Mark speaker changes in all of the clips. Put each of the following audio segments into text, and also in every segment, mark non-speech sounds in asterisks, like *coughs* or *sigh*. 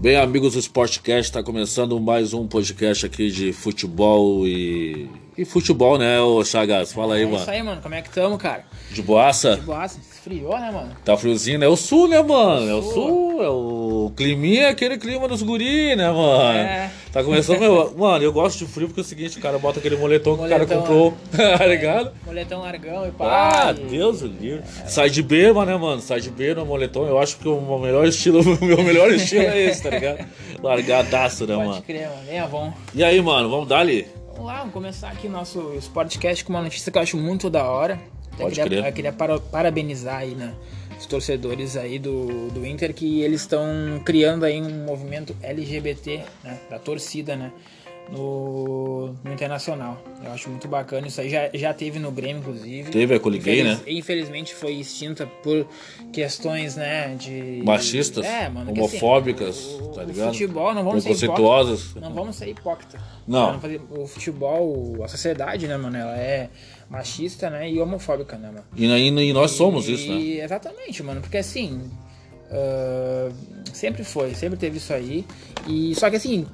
Speaker 1: Bem, amigos do Sportcast, está começando mais um podcast aqui de futebol e. E futebol, né, ô Chagas? Fala aí,
Speaker 2: é
Speaker 1: mano.
Speaker 2: isso aí, mano. Como é que tamo, cara?
Speaker 1: De boaça?
Speaker 2: De boassa, esfriou, né, mano?
Speaker 1: Tá friozinho, né? É o sul, né, mano? É o
Speaker 2: Sul.
Speaker 1: sul, é o, o climinha, é aquele clima dos guri, né, mano?
Speaker 2: É.
Speaker 1: Tá começando, meu. Mano, eu gosto de frio porque é o seguinte, o cara bota aquele moletom, que o cara
Speaker 2: Moletom, é.
Speaker 1: comprou, *laughs* tá ligado?
Speaker 2: Moletão largão e
Speaker 1: Ah,
Speaker 2: pá. e-
Speaker 1: Deus o livre. Sai de berma, né, mano? Sai de berma, moletom. Eu acho que o meu melhor estilo, *laughs* o meu melhor estilo é esse, tá ligado? Largadaço, né,
Speaker 2: Pode
Speaker 1: mano?
Speaker 2: crer, mano. é Bem avon.
Speaker 1: E aí, mano, vamos dar ali?
Speaker 2: Vamos lá, vamos começar aqui nosso Sportcast com uma notícia que eu acho muito da hora. Eu
Speaker 1: Pode
Speaker 2: queria,
Speaker 1: crer.
Speaker 2: eu queria para- parabenizar aí, né? Os torcedores aí do, do Inter que eles estão criando aí um movimento LGBT, né? Da torcida, né? No, no Internacional. Eu acho muito bacana. Isso aí já, já teve no Grêmio, inclusive.
Speaker 1: Teve, é, coliguei, né?
Speaker 2: Infelizmente foi extinta por questões, né? De.
Speaker 1: Machistas,
Speaker 2: É, mano, que assim,
Speaker 1: homofóbicas,
Speaker 2: o-
Speaker 1: tá
Speaker 2: o
Speaker 1: ligado?
Speaker 2: Futebol, não vamos ser hipócritas.
Speaker 1: Preconceituosas.
Speaker 2: Não vamos ser hipócritas.
Speaker 1: Não.
Speaker 2: Pra fazer- O futebol, a sociedade, né, mano? Ela é machista, né? E homofóbica, né, mano?
Speaker 1: E, e- e nós somos isso, né?
Speaker 2: E- Exatamente, mano. Porque assim. ah, sempre foi, sempre teve isso aí. E só que assim.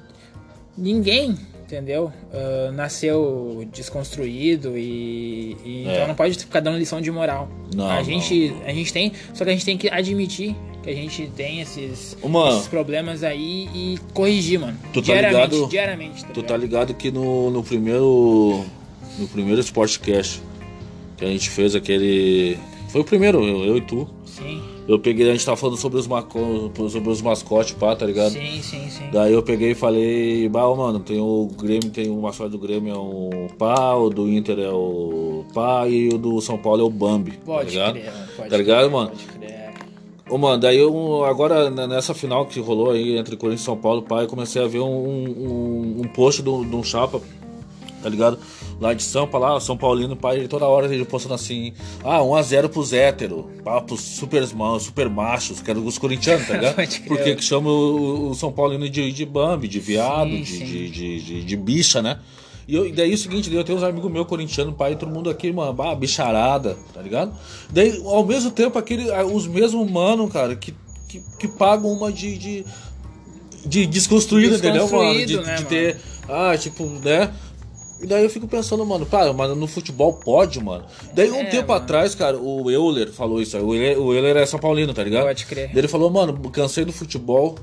Speaker 2: Ninguém, entendeu? Ah, nasceu desconstruído e. e
Speaker 1: É.
Speaker 2: Então não pode ficar dando lição de moral.
Speaker 1: Não,
Speaker 2: a
Speaker 1: não.
Speaker 2: gente, A gente tem. Só que a gente tem que admitir que a gente tem esses,
Speaker 1: Ô, mano.
Speaker 2: esses problemas aí e corrigir, mano.
Speaker 1: Tu tá
Speaker 2: diariamente,
Speaker 1: ligado?
Speaker 2: diariamente.
Speaker 1: Tu
Speaker 2: ligado?
Speaker 1: tá ligado que no, no primeiro. No primeiro Sportcast que a gente fez aquele. Foi o primeiro, eu, eu e tu.
Speaker 2: Sim,
Speaker 1: Eu peguei, a gente tava falando sobre os, maco, sobre os mascotes, pá, tá ligado?
Speaker 2: sim, sim, sim.
Speaker 1: Daí eu peguei e falei, bah, ô, mano, tem o Grêmio, tem o mascote do Grêmio é o pá, o do Inter é o pá e o do São Paulo é o Bambi.
Speaker 2: Pode
Speaker 1: tá ligado?
Speaker 2: crer, mano. Pode
Speaker 1: Tá ligado,
Speaker 2: crer,
Speaker 1: mano?
Speaker 2: Pode crer.
Speaker 1: Ô, mano, daí eu, um, agora n- nessa final que rolou aí entre Corinthians e São Paulo, pai, eu comecei a ver um, um, um post de um, de um chapa, tá ligado? Lá de Sampa, lá, São Paulino, pai, ele toda hora ele postando assim, ah, 1x0 pros héteros, pá, pros super, ma- super machos, que eram os corintianos, tá ligado?
Speaker 2: *laughs* Pode crer.
Speaker 1: Porque que chama o, o São Paulino de, de Bambi, de viado,
Speaker 2: Sim,
Speaker 1: de,
Speaker 2: sim.
Speaker 1: de, de, de- de bicha, né? E, eu, e daí o seguinte, daí eu tenho uns amigos meus corintianos, pai, todo mundo aqui, mano, bah, bicharada, tá ligado? Daí, ao mesmo tempo, aquele, ah, os mesmos mano, cara, que, que, que pagam uma de. de, de desconstruída, entendeu, mano? De,
Speaker 2: Desconstruído,
Speaker 1: de
Speaker 2: né,
Speaker 1: ter. Ah, tipo, né? E daí eu fico pensando, mano, cara, mas no futebol pode, mano. Daí um
Speaker 2: É,
Speaker 1: tempo
Speaker 2: mano.
Speaker 1: atrás, cara, o Euler falou isso aí. O Euler, o Euler é São Paulino, tá ligado?
Speaker 2: Pode crer.
Speaker 1: Daí ele falou, mano, cansei do futebol,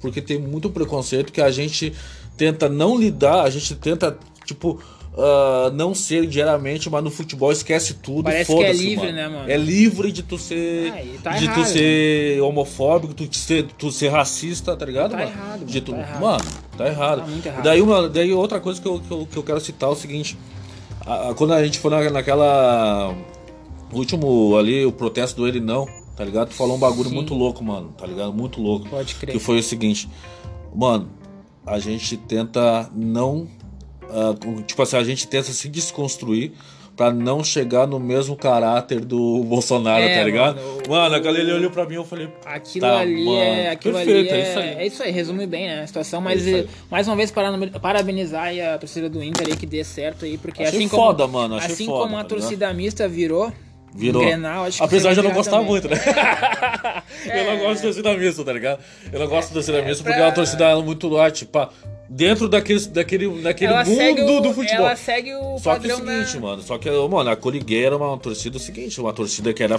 Speaker 1: porque tem muito preconceito que a gente tenta não lidar, a gente tenta, tipo, ah, não ser diariamente, mas no futebol esquece tudo.
Speaker 2: Parece que é
Speaker 1: foda-se,
Speaker 2: livre, né, mano?
Speaker 1: É livre de tu ser.
Speaker 2: Ah, e tá
Speaker 1: de tu
Speaker 2: errado, né?
Speaker 1: ser homofóbico, tu ser, tu ser racista, tá ligado,
Speaker 2: Tá
Speaker 1: mano?
Speaker 2: errado, mano,
Speaker 1: de tu,
Speaker 2: tá errado.
Speaker 1: Mano, tá errado.
Speaker 2: Tá muito errado.
Speaker 1: Daí, uma, daí outra coisa que eu, que, eu, que eu quero citar é o seguinte. a- a- quando a gente foi na- naquela. O último ali, o protesto do ele não, tá ligado? Tu falou um bagulho
Speaker 2: Sim.
Speaker 1: muito louco, mano, tá ligado? Muito louco.
Speaker 2: Pode crer.
Speaker 1: Que foi o seguinte, mano, a gente tenta não. ah, com- tipo assim, a gente tenta se desconstruir pra não chegar no mesmo caráter do *laughs* Bolsonaro,
Speaker 2: É,
Speaker 1: tá ligado? Mano,
Speaker 2: mano, o-
Speaker 1: aquela ele olhou pra mim e eu falei.
Speaker 2: Aquilo
Speaker 1: tá,
Speaker 2: ali
Speaker 1: mano,
Speaker 2: é. Aquilo
Speaker 1: perfeito,
Speaker 2: ali
Speaker 1: é isso aí.
Speaker 2: é, é isso aí, resume bem né, a situação. Mas
Speaker 1: É isso
Speaker 2: eh,
Speaker 1: aí.
Speaker 2: mais uma vez, para- parabenizar aí a torcida do Inter aí que dê certo aí, porque
Speaker 1: Achei
Speaker 2: assim
Speaker 1: foda,
Speaker 2: como.
Speaker 1: mano, achei
Speaker 2: assim
Speaker 1: foda,
Speaker 2: como a
Speaker 1: tá
Speaker 2: torcida mista virou.
Speaker 1: Virou.
Speaker 2: em Grenal, acho que
Speaker 1: Apesar
Speaker 2: você
Speaker 1: de eu não
Speaker 2: vai virar
Speaker 1: gostar
Speaker 2: também. É.
Speaker 1: muito, né?
Speaker 2: *laughs*
Speaker 1: eu não gosto de torcida mista, tá ligado? Eu não gosto de torcida mista porque é uma
Speaker 2: pra-
Speaker 1: torcida muito lá, tipo, ah, dentro daquele, daquele, daquele
Speaker 2: Ela segue,
Speaker 1: mundo
Speaker 2: o,
Speaker 1: do futebol.
Speaker 2: ela segue o
Speaker 1: Só que é o
Speaker 2: padrão
Speaker 1: seguinte,
Speaker 2: da...
Speaker 1: mano. Só que, mano, a Coligueira era uma torcida é o seguinte, uma torcida que era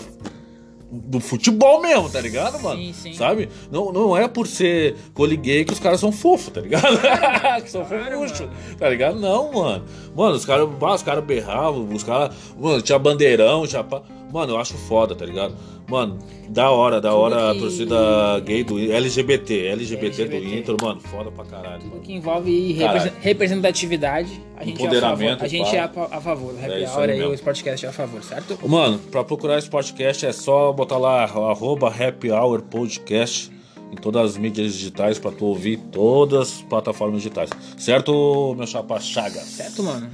Speaker 1: do futebol mesmo, tá ligado, mano?
Speaker 2: sim.
Speaker 1: Sabe? Não, não é por ser coliguei que os caras são fofos, tá ligado? *laughs* que são fofuchos, tá ligado? Não, mano. Mano, os caras bah, os cara berravam, os caras. Mano, tinha bandeirão, tinha. pá. Mano, eu acho foda, tá ligado? Mano, da hora, da hora a
Speaker 2: que-
Speaker 1: torcida gay do LGBT, LGBT, do
Speaker 2: LGBT.
Speaker 1: Inter, mano, foda pra caralho.
Speaker 2: O que envolve represen-
Speaker 1: Caralho.
Speaker 2: representatividade. A gente é a
Speaker 1: Empoderamento,
Speaker 2: favor. A gente
Speaker 1: pá.
Speaker 2: é a pa- a favor. O Happy
Speaker 1: É isso aí
Speaker 2: Hour aí,
Speaker 1: mesmo.
Speaker 2: o Sportcast é a favor, certo?
Speaker 1: Ô, Mano, pra procurar esse podcast é só botar lá arroba happy hour podcast em todas as mídias digitais pra tu ouvir todas as plataformas digitais. Certo, meu chapa Chaga?
Speaker 2: Certo, mano.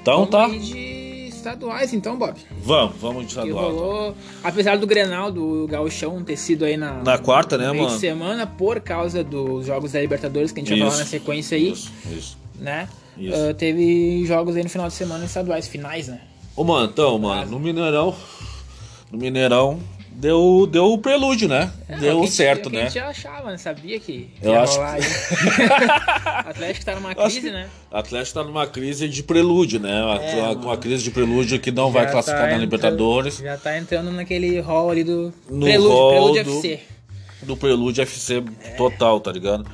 Speaker 1: Então
Speaker 2: Vamos
Speaker 1: tá,
Speaker 2: aí de estaduais então, Bob.
Speaker 1: vamos, vamos de
Speaker 2: Que
Speaker 1: estadual.
Speaker 2: rolou, apesar do Grenal, do Gauchão ter sido aí na,
Speaker 1: Na quarta, né,
Speaker 2: no meio de
Speaker 1: mano?
Speaker 2: semana, por causa dos jogos da Libertadores, que a gente vai falar
Speaker 1: Isso,
Speaker 2: na sequência aí,
Speaker 1: Isso, isso.
Speaker 2: né?
Speaker 1: Isso.
Speaker 2: Ah, teve jogos aí no final de semana estaduais, finais, né?
Speaker 1: Ô, mano, então, mano, no Mineirão. No Mineirão, Deu, deu o prelúdio, né?
Speaker 2: É,
Speaker 1: deu
Speaker 2: o que a gente-
Speaker 1: certo,
Speaker 2: o que
Speaker 1: né?
Speaker 2: A gente achava, né? Sabia que
Speaker 1: Eu
Speaker 2: ia
Speaker 1: acho que-
Speaker 2: rolar isso.
Speaker 1: *laughs*
Speaker 2: o *laughs* Atlético tá numa
Speaker 1: Eu acho
Speaker 2: crise,
Speaker 1: que
Speaker 2: né?
Speaker 1: O Atlético tá numa crise de prelúdio, né? Uma,
Speaker 2: É,
Speaker 1: uma-
Speaker 2: mano.
Speaker 1: uma crise de prelúdio que não
Speaker 2: Já
Speaker 1: vai
Speaker 2: tá
Speaker 1: classificar na
Speaker 2: entrando-
Speaker 1: Libertadores.
Speaker 2: Já tá entrando naquele rol ali do
Speaker 1: No
Speaker 2: prelúdio,
Speaker 1: rol
Speaker 2: prelúdio
Speaker 1: do-
Speaker 2: FC.
Speaker 1: do Prelude FC total, tá ligado?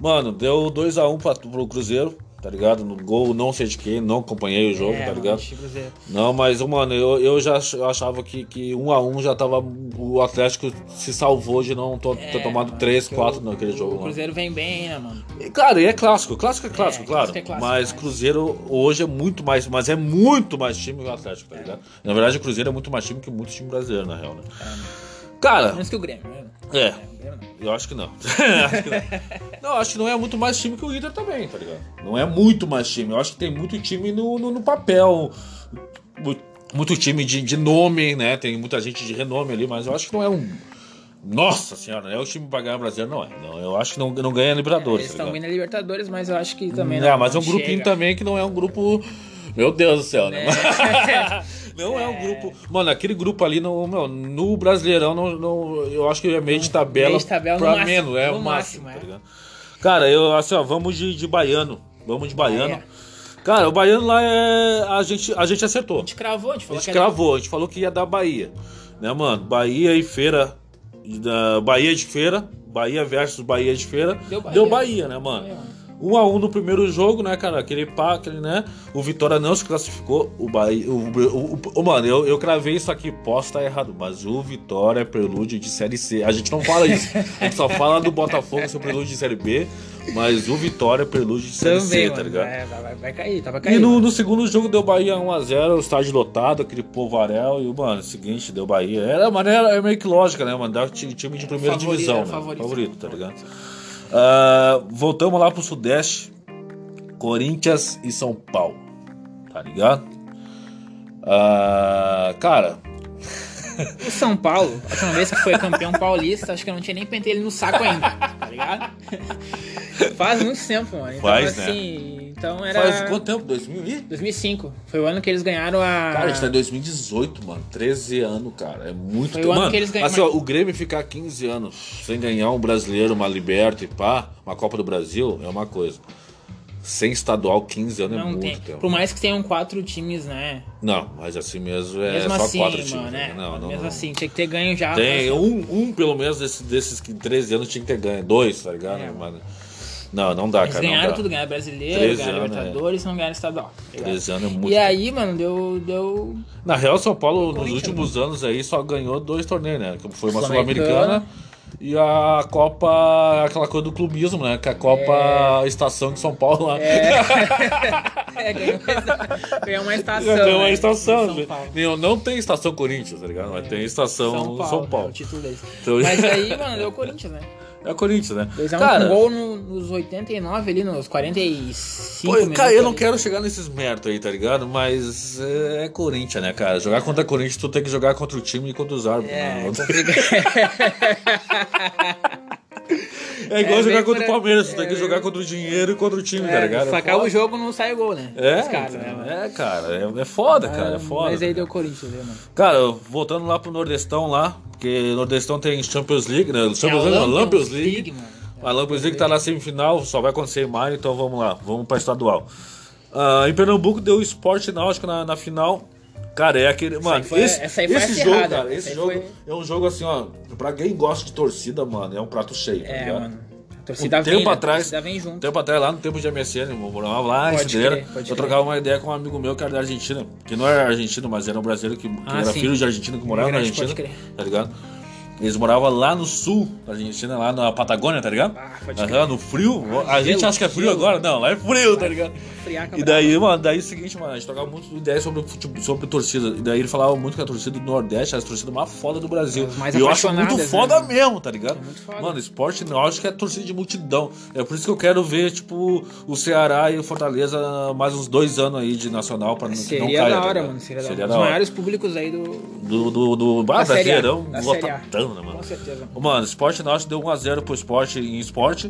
Speaker 1: Mano, deu 2x1 pra pro Cruzeiro, tá ligado? No gol, não sei de quem, não acompanhei o jogo,
Speaker 2: É,
Speaker 1: tá
Speaker 2: mano,
Speaker 1: ligado?
Speaker 2: acho que o Cruzeiro-
Speaker 1: Não, mas, mano, eu, eu já ach- achava que, que 1x1 já tava. O Atlético se salvou de não to- ter
Speaker 2: É,
Speaker 1: tomado
Speaker 2: mano,
Speaker 1: 3,
Speaker 2: porque
Speaker 1: 4
Speaker 2: o-
Speaker 1: naquele jogo,
Speaker 2: O
Speaker 1: mano.
Speaker 2: Cruzeiro vem bem, né, mano?
Speaker 1: E, Claro, e é clássico, clássico é clássico,
Speaker 2: É,
Speaker 1: claro.
Speaker 2: clássico é clássico,
Speaker 1: mas
Speaker 2: né?
Speaker 1: Cruzeiro hoje é muito mais, mas é muito mais time que o Atlético, tá ligado? Na verdade, o Cruzeiro é muito mais time que muito time brasileiro, na real, né?
Speaker 2: É,
Speaker 1: Cara,
Speaker 2: Menos que o Grêmio, né?
Speaker 1: é,
Speaker 2: O Grêmio não.
Speaker 1: eu acho que não. *laughs* acho que não. Não, acho que não é muito mais time que o Inter também, tá ligado? Não é muito mais time. Eu acho que tem muito time no, no, no papel. Mu- Muito time de, de nome, né? Tem muita gente de renome ali, mas eu acho que não é um. Nossa senhora, é o time pra ganhar brasileiro, não é. Não, eu acho que não, não ganha Libertadores.
Speaker 2: É, Eles
Speaker 1: tá
Speaker 2: estão
Speaker 1: ligado?
Speaker 2: bem na Libertadores, mas eu acho que também
Speaker 1: não,
Speaker 2: não.
Speaker 1: mas é um
Speaker 2: não
Speaker 1: grupinho
Speaker 2: *laughs* chega.
Speaker 1: também que não é um grupo. Meu Deus do céu, né?
Speaker 2: É.
Speaker 1: Não é um grupo. Mano, aquele grupo ali no, meu, no Brasileirão, não, não, eu acho que é meio de tabela.
Speaker 2: meio de tabela no
Speaker 1: pra
Speaker 2: máximo,
Speaker 1: menos, é
Speaker 2: no
Speaker 1: o máximo.
Speaker 2: máximo,
Speaker 1: tá
Speaker 2: é.
Speaker 1: ligado? Cara, eu assim, ó, vamos de, de baiano. Vamos de baiano.
Speaker 2: Ah,
Speaker 1: Cara, o baiano lá é. A gente, a gente acertou.
Speaker 2: A gente cravou, a gente
Speaker 1: A
Speaker 2: falou
Speaker 1: gente
Speaker 2: que era-
Speaker 1: cravou, a gente falou que ia dar Bahia. Né, mano? Bahia e feira. da- Bahia de feira. Bahia versus Bahia de feira.
Speaker 2: Deu Bahia.
Speaker 1: né, mano?
Speaker 2: É, mano.
Speaker 1: 1 a 1 no primeiro jogo, né, cara? Aquele pá, aquele, né? O Vitória não se classificou. O Bahia. O, o- o- o- mano, eu, eu cravei isso aqui, posso estar errado, mas o Vitória é prelúdio de Série C. A gente não fala isso. A gente só fala do Botafogo ser prelúdio de Série B, mas o Vitória é prelúdio de Série
Speaker 2: Também,
Speaker 1: C, tá
Speaker 2: mano.
Speaker 1: ligado?
Speaker 2: É, vai, vai cair, tava
Speaker 1: E
Speaker 2: caindo.
Speaker 1: no, no segundo jogo deu Bahia 1x0, o estádio lotado, aquele povarel, e, mano, o seguinte, deu Bahia. Era, mas era, é meio que lógica, né, mano? Dá o ti- time de primeira
Speaker 2: Favorito,
Speaker 1: divisão,
Speaker 2: era
Speaker 1: né?
Speaker 2: favorito.
Speaker 1: Favorito, tá ligado? Ah, voltamos lá pro Sudeste, Corinthians e São Paulo, tá ligado? Ah, cara,
Speaker 2: O São Paulo, a última vez que foi campeão paulista, acho que eu não tinha nem pentei ele no saco ainda, tá ligado? *laughs* Faz muito tempo, mano. Então,
Speaker 1: Faz, né?
Speaker 2: assim, então era.
Speaker 1: faz quanto tempo? 2000 e?
Speaker 2: 2005. Foi o ano que eles ganharam a.
Speaker 1: Cara, a gente tá em 2018, mano. 13 anos, cara. É muito
Speaker 2: Ah. Foi o
Speaker 1: tempo.
Speaker 2: ano
Speaker 1: Mano,
Speaker 2: que eles ganharam.
Speaker 1: Assim, ó, o Grêmio ficar 15 anos sem ganhar um brasileiro, uma liberta e pá, uma Copa do Brasil, é uma coisa. Sem estadual, 15 anos é
Speaker 2: não
Speaker 1: muito
Speaker 2: tem.
Speaker 1: tempo.
Speaker 2: Por mais que tenham quatro times, né?
Speaker 1: Não, mas assim mesmo é
Speaker 2: mesmo
Speaker 1: só
Speaker 2: assim,
Speaker 1: quatro
Speaker 2: mano,
Speaker 1: times.
Speaker 2: né?
Speaker 1: Não, não,
Speaker 2: mesmo
Speaker 1: não.
Speaker 2: assim, tá tinha que ter ganho já.
Speaker 1: Tem
Speaker 2: mas-
Speaker 1: um, um pelo menos desse, desses que 13 anos tinha que ter ganho. Dois, tá ligado?
Speaker 2: É.
Speaker 1: Mano? Não, não dá,
Speaker 2: Eles
Speaker 1: cara.
Speaker 2: ganharam
Speaker 1: não dá.
Speaker 2: tudo, ganharam brasileiro,
Speaker 1: 13
Speaker 2: ganharam
Speaker 1: anos,
Speaker 2: Libertadores, não ganharam estadual. tá ligado?
Speaker 1: 13 anos é muito.
Speaker 2: E aí, mano, deu. deu
Speaker 1: Na real, São Paulo nos
Speaker 2: Corinthians,
Speaker 1: últimos anos aí só ganhou dois torneios, né? Que foi uma
Speaker 2: Sul-Americana.
Speaker 1: Sul-Americana e a Copa, aquela coisa do clubismo, né? Que a Copa Estação de São Paulo lá. *laughs*
Speaker 2: é, ganhou, *laughs* ganhou uma estação.
Speaker 1: Então,
Speaker 2: né?
Speaker 1: a estação.
Speaker 2: São Paulo. É.
Speaker 1: Não, não tem estação Corinthians, tá ligado? Mas tem estação São Paulo.
Speaker 2: né, o título deles.
Speaker 1: Então- *laughs*
Speaker 2: Mas aí, mano, deu o Corinthians, né?
Speaker 1: É o Corinthians, né?
Speaker 2: 2x1
Speaker 1: Cara,
Speaker 2: um gol no- nos 89 ali, nos 45
Speaker 1: pô,
Speaker 2: minutos. tá
Speaker 1: cara, eu não
Speaker 2: ali.
Speaker 1: quero chegar nesses merda aí, tá ligado? Mas é, é Corinthians, né, cara? Jogar contra Corinthians, tu tem que jogar contra o time e contra os árbitros. né?
Speaker 2: É,
Speaker 1: *laughs* É
Speaker 2: é
Speaker 1: igual
Speaker 2: bem
Speaker 1: jogar
Speaker 2: por
Speaker 1: contra o
Speaker 2: aí.
Speaker 1: Palmeiras, tu
Speaker 2: É
Speaker 1: tem que
Speaker 2: bem-
Speaker 1: jogar contra o dinheiro e contra o time, tá
Speaker 2: é,
Speaker 1: ligado?
Speaker 2: se
Speaker 1: É
Speaker 2: acaba
Speaker 1: foda.
Speaker 2: o jogo, não sai gol, né?
Speaker 1: É,
Speaker 2: Os caras,
Speaker 1: então,
Speaker 2: né, mano?
Speaker 1: é, cara, é, é foda, cara, é foda.
Speaker 2: Mas aí deu o Corinthians, né, mano?
Speaker 1: Cara, voltando lá pro Nordestão lá, porque Nordestão tem Champions League, né? Champions
Speaker 2: É, o
Speaker 1: League, não,
Speaker 2: Lampions
Speaker 1: Lampions League.
Speaker 2: League, mano. É
Speaker 1: A Lampions League tá na semifinal, só vai acontecer em maio, então vamos lá, vamos pra estadual. Ah, em Pernambuco deu o Sport Náutico na, na final. Cara, é aquele. Mano,
Speaker 2: foi-
Speaker 1: esse,
Speaker 2: essa aí foi
Speaker 1: esse
Speaker 2: acirrada,
Speaker 1: jogo, cara,
Speaker 2: essa
Speaker 1: esse
Speaker 2: aí
Speaker 1: jogo
Speaker 2: foi-
Speaker 1: é um jogo assim, ó. Pra quem gosta de torcida, mano, é um prato cheio. tá
Speaker 2: É,
Speaker 1: ligado?
Speaker 2: mano. A torcida
Speaker 1: um
Speaker 2: vem,
Speaker 1: tempo
Speaker 2: né? A
Speaker 1: atrás,
Speaker 2: torcida vem
Speaker 1: um
Speaker 2: junto.
Speaker 1: tempo atrás, lá no tempo de MSN, eu morava lá em
Speaker 2: Pode
Speaker 1: Cidreira,
Speaker 2: crer, pode
Speaker 1: eu
Speaker 2: crer.
Speaker 1: trocava uma ideia com um amigo meu que era da Argentina, que não era argentino, mas era um brasileiro que, que
Speaker 2: Ah,
Speaker 1: era
Speaker 2: sim.
Speaker 1: filho de argentino que morava na
Speaker 2: Imigrante,
Speaker 1: Argentina,
Speaker 2: pode
Speaker 1: tá ligado? Eles moravam lá no sul da Argentina, lá na Patagônia, tá ligado?
Speaker 2: Ah, pode
Speaker 1: Aham,
Speaker 2: crer. Ah,
Speaker 1: no frio, a
Speaker 2: gelo,
Speaker 1: gente acha que é frio
Speaker 2: gelo.
Speaker 1: agora, não, lá é frio, tá ligado?
Speaker 2: Friaca
Speaker 1: E daí, mano, daí é o seguinte, mano, a gente trocava muito ideia sobre, futebol, sobre torcida. E daí ele falava muito que a torcida do Nordeste é a torcida mais foda do Brasil.
Speaker 2: As mais
Speaker 1: e eu acho muito
Speaker 2: apaixonadas, né,
Speaker 1: foda
Speaker 2: mano?
Speaker 1: mesmo, tá ligado?
Speaker 2: É muito foda.
Speaker 1: Mano, esporte náutico é torcida de multidão. É por isso que eu quero ver, tipo, o Ceará e o Fortaleza mais uns dois anos aí de nacional pra não- tá que não
Speaker 2: Seria
Speaker 1: cair.
Speaker 2: da hora, mano. Seria da hora. Os maiores públicos aí do.
Speaker 1: Do, do, do ah,
Speaker 2: da Série A,
Speaker 1: Brasileirão
Speaker 2: da Série A.
Speaker 1: lotadão, né, mano?
Speaker 2: Com certeza.
Speaker 1: Ô, Mano, Sport Náutico deu 1x0 pro Sport em Sport.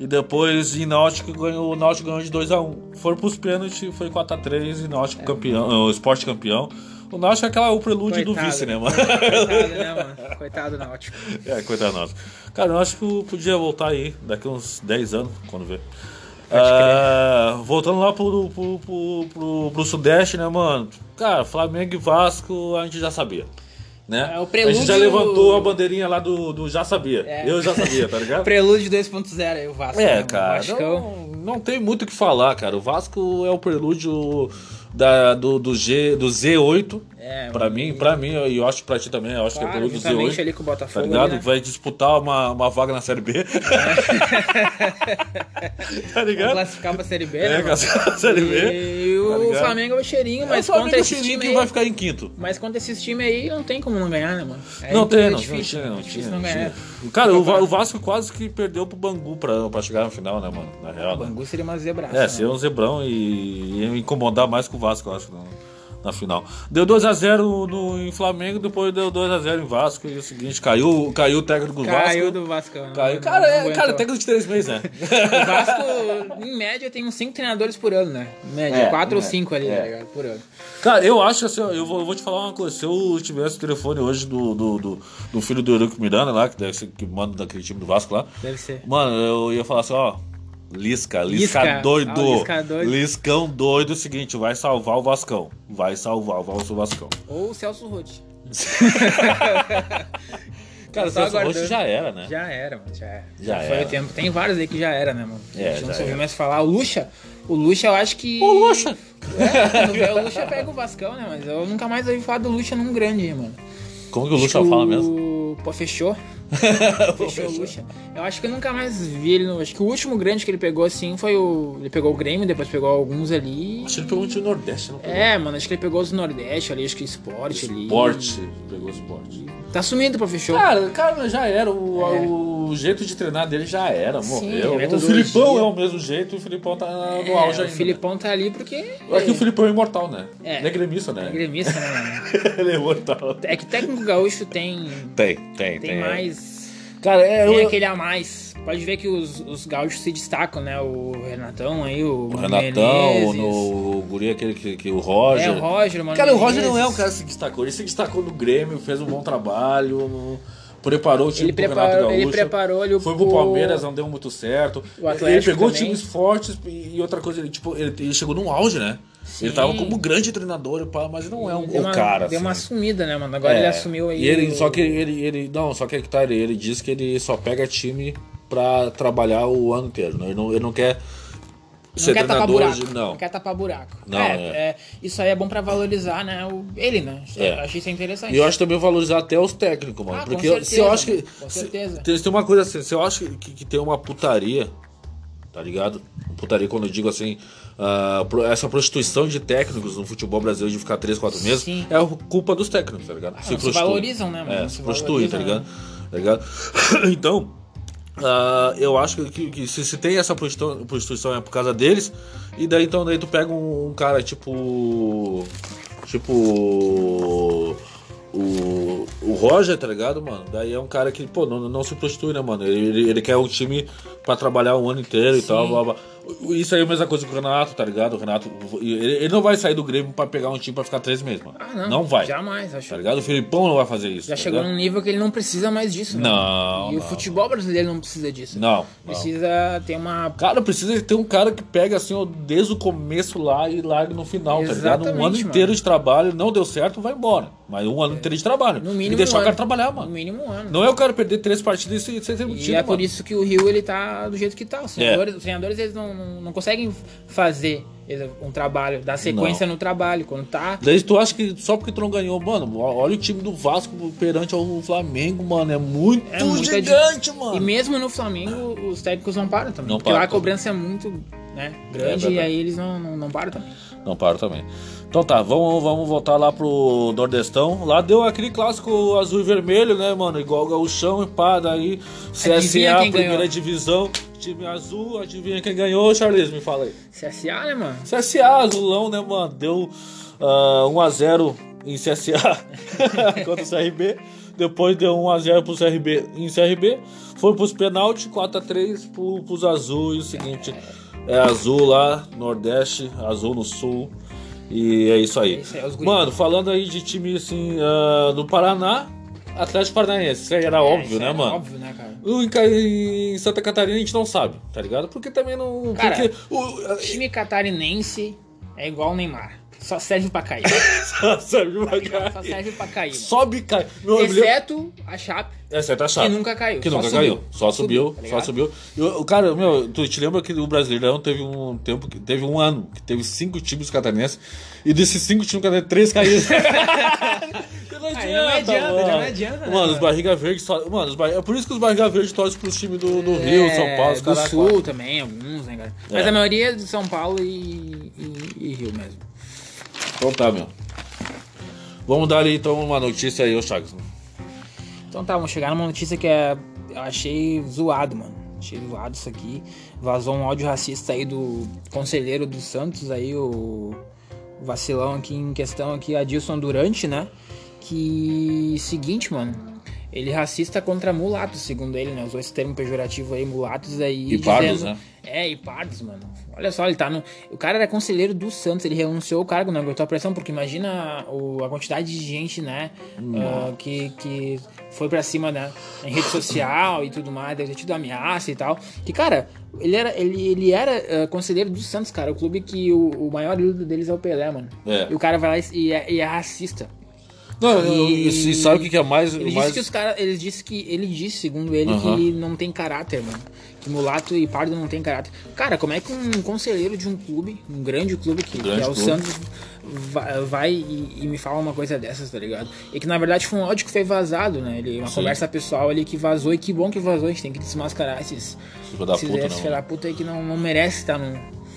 Speaker 1: E depois em Náutico ganhou, o um.
Speaker 2: É.
Speaker 1: Náutico ganhou de 2x1. Foram pros pênaltis, foi 4x3 e Náutico campeão, ah, o Sport campeão. O Náutico é aquela, o prelúdio do
Speaker 2: Coitado,
Speaker 1: vice, né,
Speaker 2: né?
Speaker 1: mano?
Speaker 2: Coitado, né, mano? Coitado Náutico.
Speaker 1: É, coitado nosso. Cara, eu acho que eu podia voltar aí daqui uns 10 anos, quando ver.
Speaker 2: Pode
Speaker 1: Ah, voltando lá pro, pro, pro, pro- pro Sudeste, né, mano? Cara, Flamengo e Vasco a gente já sabia. Né?
Speaker 2: É, o
Speaker 1: A
Speaker 2: prelúdio-
Speaker 1: gente já levantou a bandeirinha lá do, do já sabia.
Speaker 2: É.
Speaker 1: Eu já sabia, tá
Speaker 2: *laughs*
Speaker 1: ligado?
Speaker 2: Prelúdio 2.0 aí, o Vasco. né,
Speaker 1: É,
Speaker 2: mano?
Speaker 1: cara,
Speaker 2: Vascão.
Speaker 1: não, não tem muito o que falar, cara. O Vasco é o prelúdio da, do, do, G, do Z8,
Speaker 2: É,
Speaker 1: pra mim, pra mim, e eu acho que pra ti também, eu acho que é o
Speaker 2: claro,
Speaker 1: prelúdio do
Speaker 2: justamente
Speaker 1: Z8.
Speaker 2: ali com o
Speaker 1: Tá
Speaker 2: Botafogo.
Speaker 1: ligado?
Speaker 2: ali, né?
Speaker 1: Vai disputar uma, uma vaga na Série B. *laughs* tá
Speaker 2: Vamos
Speaker 1: ligado?
Speaker 2: classificar pra Série B, né,
Speaker 1: É,
Speaker 2: mano?
Speaker 1: com a Série B.
Speaker 2: E
Speaker 1: tá
Speaker 2: o
Speaker 1: ligado?
Speaker 2: Flamengo é o cheirinho, mas
Speaker 1: É o Flamengo
Speaker 2: contra esse
Speaker 1: cheirinho
Speaker 2: time
Speaker 1: que
Speaker 2: aí...
Speaker 1: vai ficar em quinto.
Speaker 2: Mas contra esses times aí, não tem como não ganhar, né, mano? É
Speaker 1: não tem, não,
Speaker 2: difícil,
Speaker 1: não tinha,
Speaker 2: né?
Speaker 1: não
Speaker 2: É
Speaker 1: tinha.
Speaker 2: difícil
Speaker 1: Não
Speaker 2: não
Speaker 1: tinha.
Speaker 2: ganhar.
Speaker 1: Cara, o, Va- o Vasco quase que perdeu pro Bangu pra, pra chegar na final, né, mano? Na real.
Speaker 2: O
Speaker 1: né?
Speaker 2: Bangu seria uma zebraça.
Speaker 1: É,
Speaker 2: né?
Speaker 1: ser um zebrão e, e incomodar mais com o Vasco, eu acho, no- na final. Deu 2x0 no, em Flamengo, depois deu 2x0 em Vasco e o seguinte, caiu, caiu o técnico do
Speaker 2: Caiu
Speaker 1: Vasco.
Speaker 2: do Vascão. né?
Speaker 1: Caiu.
Speaker 2: Não-
Speaker 1: Cara,
Speaker 2: não
Speaker 1: é,
Speaker 2: aguentou.
Speaker 1: cara, técnico de três meses, né?
Speaker 2: *laughs* O Vasco, em média, tem uns 5 treinadores por ano, né? Em média,
Speaker 1: É,
Speaker 2: 4
Speaker 1: em
Speaker 2: ou
Speaker 1: média.
Speaker 2: 5 ali,
Speaker 1: É.
Speaker 2: tá ligado? Por ano.
Speaker 1: Cara, eu acho assim, ó, eu vou, eu vou te falar uma coisa. Se eu tivesse o telefone hoje do, do, do, do filho do Eurico Miranda lá, que, deve ser, que manda daquele time do Vasco lá,
Speaker 2: Deve ser.
Speaker 1: mano, eu ia falar assim, ó. Lisca, Lisca,
Speaker 2: Lisca.
Speaker 1: doido.
Speaker 2: Ah, o Lisca doido.
Speaker 1: Liscão doido, é o seguinte, vai salvar o Vascão. Vai salvar o Vasco- o Vascão.
Speaker 2: Ou o Celso Rotti.
Speaker 1: *laughs* Cara, o
Speaker 2: Só
Speaker 1: Celso Rocha
Speaker 2: aguardando.
Speaker 1: já era, né?
Speaker 2: Já era, mano, já era.
Speaker 1: Já
Speaker 2: Foi
Speaker 1: era.
Speaker 2: o tempo. Tem vários aí que já era, né, mano?
Speaker 1: É,
Speaker 2: a gente não
Speaker 1: já
Speaker 2: soube
Speaker 1: era.
Speaker 2: mais falar. O Lucha, o Lucha eu acho que...
Speaker 1: O
Speaker 2: *laughs*
Speaker 1: Lucha!
Speaker 2: É, o Lucha pega o Vascão, né? Mas eu nunca mais ouvi falar do Lucha num grande, mano.
Speaker 1: Como que o Lucha
Speaker 2: Acho que
Speaker 1: fala mesmo?
Speaker 2: Pô,
Speaker 1: *laughs*
Speaker 2: fechou. fechou o Lucha. Eu acho que eu nunca mais vi ele. No... Acho que o último grande que ele pegou, assim, foi o... Ele pegou o Grêmio, depois pegou alguns ali.
Speaker 1: Acho que ele pegou um time do Nordeste, não pegou?
Speaker 2: É, mano, acho que ele pegou os Nordeste ali, acho que Esporte ali.
Speaker 1: Esporte. Pegou esporte.
Speaker 2: Tá sumindo, pô, fechou.
Speaker 1: Cara, cara, já era. O,
Speaker 2: É.
Speaker 1: o jeito de treinar dele já era,
Speaker 2: Sim,
Speaker 1: morreu. O
Speaker 2: a metodologia.
Speaker 1: Filipão é o mesmo jeito e o Filipão tá no
Speaker 2: É,
Speaker 1: auge
Speaker 2: o
Speaker 1: ainda.
Speaker 2: Filipão tá ali porque...
Speaker 1: Eu acho que o Filipão é imortal, né?
Speaker 2: É.
Speaker 1: Ele é gremista, né?
Speaker 2: É gremista, né, mano?
Speaker 1: *laughs* Ele é imortal.
Speaker 2: É que técnico gaúcho tem,
Speaker 1: Tem, tem,
Speaker 2: tem mais.
Speaker 1: Cara, é.
Speaker 2: Tem
Speaker 1: eu-
Speaker 2: aquele a mais. Pode ver que os, os gaúchos se destacam, né? O Renatão aí, o,
Speaker 1: O
Speaker 2: Mano
Speaker 1: Renatão,
Speaker 2: Menezes.
Speaker 1: no, o Guri, aquele que, que o
Speaker 2: É,
Speaker 1: Roger.
Speaker 2: o Roger, o Mano
Speaker 1: Cara, o Roger não é um
Speaker 2: Menezes.
Speaker 1: cara que se destacou. Ele se destacou no Grêmio, fez um bom trabalho, no- preparou o time
Speaker 2: Ele
Speaker 1: pro Renato
Speaker 2: preparou,
Speaker 1: Gaúcho.
Speaker 2: ele preparou ali o
Speaker 1: Foi pro Palmeiras, não deu muito certo.
Speaker 2: O Atlético
Speaker 1: ele pegou
Speaker 2: também.
Speaker 1: times fortes e e outra coisa, ele, tipo, ele, ele chegou num auge, né?
Speaker 2: Sim.
Speaker 1: Ele tava como grande treinador, pá, mas não é um
Speaker 2: Deu
Speaker 1: o
Speaker 2: uma,
Speaker 1: cara.
Speaker 2: Deu
Speaker 1: assim.
Speaker 2: uma sumida, né, mano? Agora
Speaker 1: É.
Speaker 2: ele assumiu aí.
Speaker 1: E ele,
Speaker 2: o-
Speaker 1: só que ele, ele. Não, só que é que tá, ele, ele diz que ele só pega time pra trabalhar o ano inteiro. Né? Ele, não, ele não quer
Speaker 2: Não
Speaker 1: ser
Speaker 2: quer tapar
Speaker 1: treinador
Speaker 2: buraco.
Speaker 1: de.
Speaker 2: Não.
Speaker 1: Não.
Speaker 2: quer tapar buraco.
Speaker 1: Não,
Speaker 2: é,
Speaker 1: é.
Speaker 2: é, Isso aí é bom pra valorizar, né? O, ele, né?
Speaker 1: É.
Speaker 2: Achei isso interessante.
Speaker 1: E eu acho também valorizar até os técnicos, mano.
Speaker 2: Ah, com
Speaker 1: porque eu- se
Speaker 2: certeza,
Speaker 1: eu acho que.
Speaker 2: mano, com
Speaker 1: se-
Speaker 2: certeza.
Speaker 1: tem, tem uma coisa assim, se eu acho que, que tem uma putaria, tá ligado? Putaria quando eu digo assim, ah, pro- essa prostituição de técnicos no futebol brasileiro de ficar 3, 4 meses
Speaker 2: Sim.
Speaker 1: é culpa dos técnicos, tá ligado?
Speaker 2: não, se valorizam, né, mano?
Speaker 1: É,
Speaker 2: Não
Speaker 1: se
Speaker 2: se
Speaker 1: prostituem, tá ligado?
Speaker 2: valorizam, né?
Speaker 1: Tá ligado? *coughs* então. ah, eu acho que, que- que se, se tem essa prostitu- prostituição é por causa deles, e daí então daí tu pega um, um cara tipo. Tipo. O, o Roger, tá ligado, mano? Daí é um cara que, pô, não, não se prostitui, né, mano? Ele, ele- ele quer um time pra trabalhar o ano inteiro e tal, blá, blá. Isso aí é a mesma coisa que o Renato, tá ligado? O Renato, ele, ele não vai sair do Grêmio pra pegar um time pra ficar três meses, mano.
Speaker 2: Ah, não.
Speaker 1: vai.
Speaker 2: Jamais, acho.
Speaker 1: Tá ligado? O Filipão não vai fazer isso.
Speaker 2: Já
Speaker 1: tá
Speaker 2: chegou
Speaker 1: ligado?
Speaker 2: num nível que ele não precisa mais disso, né?
Speaker 1: Não,
Speaker 2: E
Speaker 1: não.
Speaker 2: o futebol brasileiro não precisa disso.
Speaker 1: Não, não.
Speaker 2: Precisa ter uma.
Speaker 1: Cara, precisa ter um cara que pega assim, ó, desde o começo lá e larga no final, tá ligado? Um
Speaker 2: Exatamente,
Speaker 1: ano
Speaker 2: mano. É.
Speaker 1: inteiro de trabalho, não deu certo, vai embora. Mas um ano inteiro de trabalho.
Speaker 2: No mínimo.
Speaker 1: e deixar
Speaker 2: um
Speaker 1: o cara
Speaker 2: ano.
Speaker 1: trabalhar,
Speaker 2: No
Speaker 1: mano.
Speaker 2: mínimo um ano.
Speaker 1: Não é o cara perder três partidas e ser- ser
Speaker 2: E
Speaker 1: demitido.
Speaker 2: é por
Speaker 1: mano.
Speaker 2: isso que o Rio ele tá do jeito que tá. Os
Speaker 1: É.
Speaker 2: treinadores, os treinadores, eles não, não, não conseguem fazer um trabalho, dar sequência no trabalho. Quando tá.
Speaker 1: Daí tu acha que só porque tu não ganhou, mano, ó- olha o time do Vasco perante ao Flamengo, mano. É muito
Speaker 2: É muito
Speaker 1: gigante,
Speaker 2: E
Speaker 1: mano.
Speaker 2: mesmo no Flamengo, os técnicos não param também.
Speaker 1: Não
Speaker 2: porque lá
Speaker 1: param
Speaker 2: a cobrança é muito né, grande
Speaker 1: É
Speaker 2: e
Speaker 1: verdade.
Speaker 2: aí eles não, não, não param também.
Speaker 1: Não paro também. Então tá, vamos, vamos voltar lá pro Nordestão. Lá deu aquele clássico azul e vermelho, né, mano? Igual o Gauchão e pá, daí
Speaker 2: Adivinha
Speaker 1: CSA,
Speaker 2: quem
Speaker 1: primeira
Speaker 2: ganhou?
Speaker 1: divisão, time azul, adivinha quem ganhou, Charles, me fala aí.
Speaker 2: CSA, né, mano?
Speaker 1: CSA, azulão, né, mano? Deu ah, 1x0 em CSA *laughs* contra o CRB. Depois deu 1x0 pro CRB em CRB. Foi pros pênaltis, 4x3 pro, pros azul. E o seguinte, é azul lá, Nordeste, azul no Sul. E E é isso aí.
Speaker 2: Isso aí, os guris.
Speaker 1: Mano, falando aí de time assim, ah, do Paraná, Atlético Paranaense. Isso aí era óbvio,
Speaker 2: isso
Speaker 1: né,
Speaker 2: é
Speaker 1: mano?
Speaker 2: Óbvio, né, cara?
Speaker 1: O Em, Ca- em Santa Catarina a gente não sabe, tá ligado? Porque também não.
Speaker 2: Cara,
Speaker 1: porque o-
Speaker 2: Time catarinense é igual o Neymar. Só serve
Speaker 1: *laughs*
Speaker 2: pra cair.
Speaker 1: Sabe,
Speaker 2: Tá ligado? Só
Speaker 1: vai cair.
Speaker 2: serve pra cair. mano.
Speaker 1: Sobe e cai. Meu, eu me lembro-
Speaker 2: Exceto a Chape,
Speaker 1: Essa é a
Speaker 2: que
Speaker 1: chave.
Speaker 2: nunca caiu.
Speaker 1: Que
Speaker 2: só
Speaker 1: nunca
Speaker 2: subiu.
Speaker 1: caiu. Só subiu,
Speaker 2: tá
Speaker 1: só
Speaker 2: ligado?
Speaker 1: subiu. E o o cara, meu, tu te lembra que o Brasileirão teve um tempo, que teve um ano, que teve cinco times catarinenses, e desses cinco times catarinenses, três
Speaker 2: *laughs*
Speaker 1: caíram. *laughs* Não
Speaker 2: não adianta,
Speaker 1: mano.
Speaker 2: já não adianta, né,
Speaker 1: Mano, os
Speaker 2: cara?
Speaker 1: barriga verde só. Mano, os barriga, é por isso que os barriga verde torcem pros times do, do Rio,
Speaker 2: É,
Speaker 1: São Paulo, os
Speaker 2: do
Speaker 1: caras.
Speaker 2: Sul também, alguns, né, cara? Mas
Speaker 1: É.
Speaker 2: a maioria é de São Paulo e, e- e Rio mesmo.
Speaker 1: Então tá, meu. Vamos dar ali então uma notícia aí, ô Chagas.
Speaker 2: Então tá, vamos chegar numa notícia que é, eu achei zoado, mano. Achei zoado isso aqui. Vazou um áudio racista aí do conselheiro do Santos, aí o o vacilão aqui em questão aqui, Adilson Durante, né? Que seguinte, mano. Ele é racista contra mulatos, segundo ele, né? Usou esse termo pejorativo aí, mulatos aí.
Speaker 1: E pardos, né?
Speaker 2: É, e pardos, mano. Olha só, ele tá no. O cara era conselheiro do Santos, ele renunciou o cargo, não aguentou a pressão, porque imagina o- a quantidade de gente, né? ah, que, que foi pra cima, né? Em rede social e tudo mais, deve ter tido ameaça e tal. Que, cara, ele era, ele, ele era ah, conselheiro do Santos, cara. O clube que o, o maior ídolo deles é o Pelé, mano.
Speaker 1: É.
Speaker 2: E o cara vai lá e, e é, e é racista.
Speaker 1: Não, e...
Speaker 2: E-
Speaker 1: e sabe o que que é mais.
Speaker 2: Ele
Speaker 1: mais...
Speaker 2: disse que os caras. Ele disse que. Ele disse, segundo ele,
Speaker 1: Aham.
Speaker 2: que não tem caráter, mano. Que mulato e pardo não tem caráter. Cara, como é que um conselheiro de um clube, um grande clube que,
Speaker 1: grande
Speaker 2: que é o
Speaker 1: clube.
Speaker 2: Santos, va- vai e, e me fala uma coisa dessas, tá ligado? E que na verdade foi um áudio que foi vazado, né? Ele, uma
Speaker 1: Sim.
Speaker 2: conversa pessoal ali que vazou e que bom que vazou, a gente tem que desmascarar esses.
Speaker 1: Filho da
Speaker 2: esses
Speaker 1: puta,
Speaker 2: esses
Speaker 1: não.
Speaker 2: filha da puta aí que não, não merece estar no.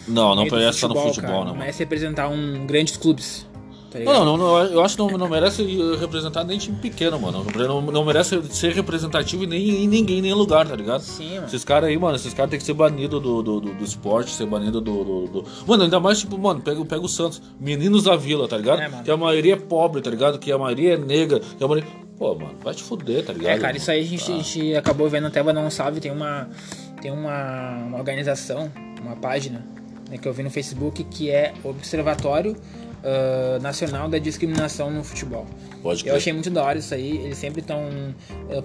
Speaker 1: Não, não
Speaker 2: meio do
Speaker 1: parece estar no
Speaker 2: cara.
Speaker 1: futebol, né, não.
Speaker 2: Não merece representar um grandes clubes. Tá ligado?
Speaker 1: Não, não, não, eu acho que não, não merece eh, representar nem time pequeno, mano. Não, não merece ser representativo em, nem, em ninguém, em nenhum lugar, tá ligado?
Speaker 2: Sim, mano.
Speaker 1: Esses caras aí, mano, esses caras tem que ser banido do, do, do, do esporte, ser banido do, do, do- Mano, ainda mais, tipo, mano, pega, pega o Santos, meninos da vila, tá ligado?
Speaker 2: É, mano.
Speaker 1: que a maioria é pobre, tá ligado? Que a maioria é negra, que a maioria. Pô, mano, vai te fuder, tá ligado?
Speaker 2: É, cara, isso aí a gente, a gente acabou vendo até não sabe, tem uma tem uma, uma organização, uma página né, que eu vi no Facebook que é Observatório ah, Nacional da Discriminação no Futebol.
Speaker 1: Pode
Speaker 2: Eu
Speaker 1: crer.
Speaker 2: achei é muito da hora isso aí. Eles sempre estão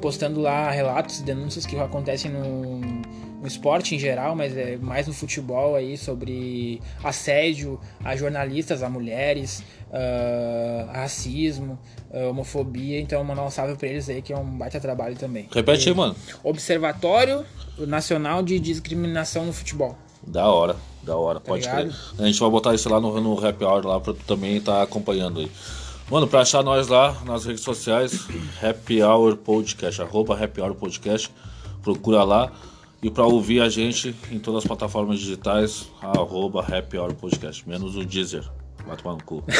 Speaker 2: postando lá relatos, denúncias que acontecem no, no esporte em geral, mas é mais no futebol aí, sobre assédio a jornalistas, a mulheres, ah, racismo, ah, homofobia. Então, mandar um salve pra eles aí, que é um baita trabalho também.
Speaker 1: Repete aí, mano.
Speaker 2: Observatório Nacional de Discriminação no Futebol.
Speaker 1: Da hora, da hora, pode
Speaker 2: ligado?
Speaker 1: crer. A gente vai botar isso lá no, no Happy Hour lá pra tu também estar acompanhando aí. Mano, pra achar nós lá nas redes sociais, *clears throat* Happy Hour Podcast, arroba Happy Hour Podcast, procura lá. E pra ouvir a gente em todas as plataformas digitais, arroba Happy Hour Podcast, menos o Deezer. Vai tomar no cu. *laughs*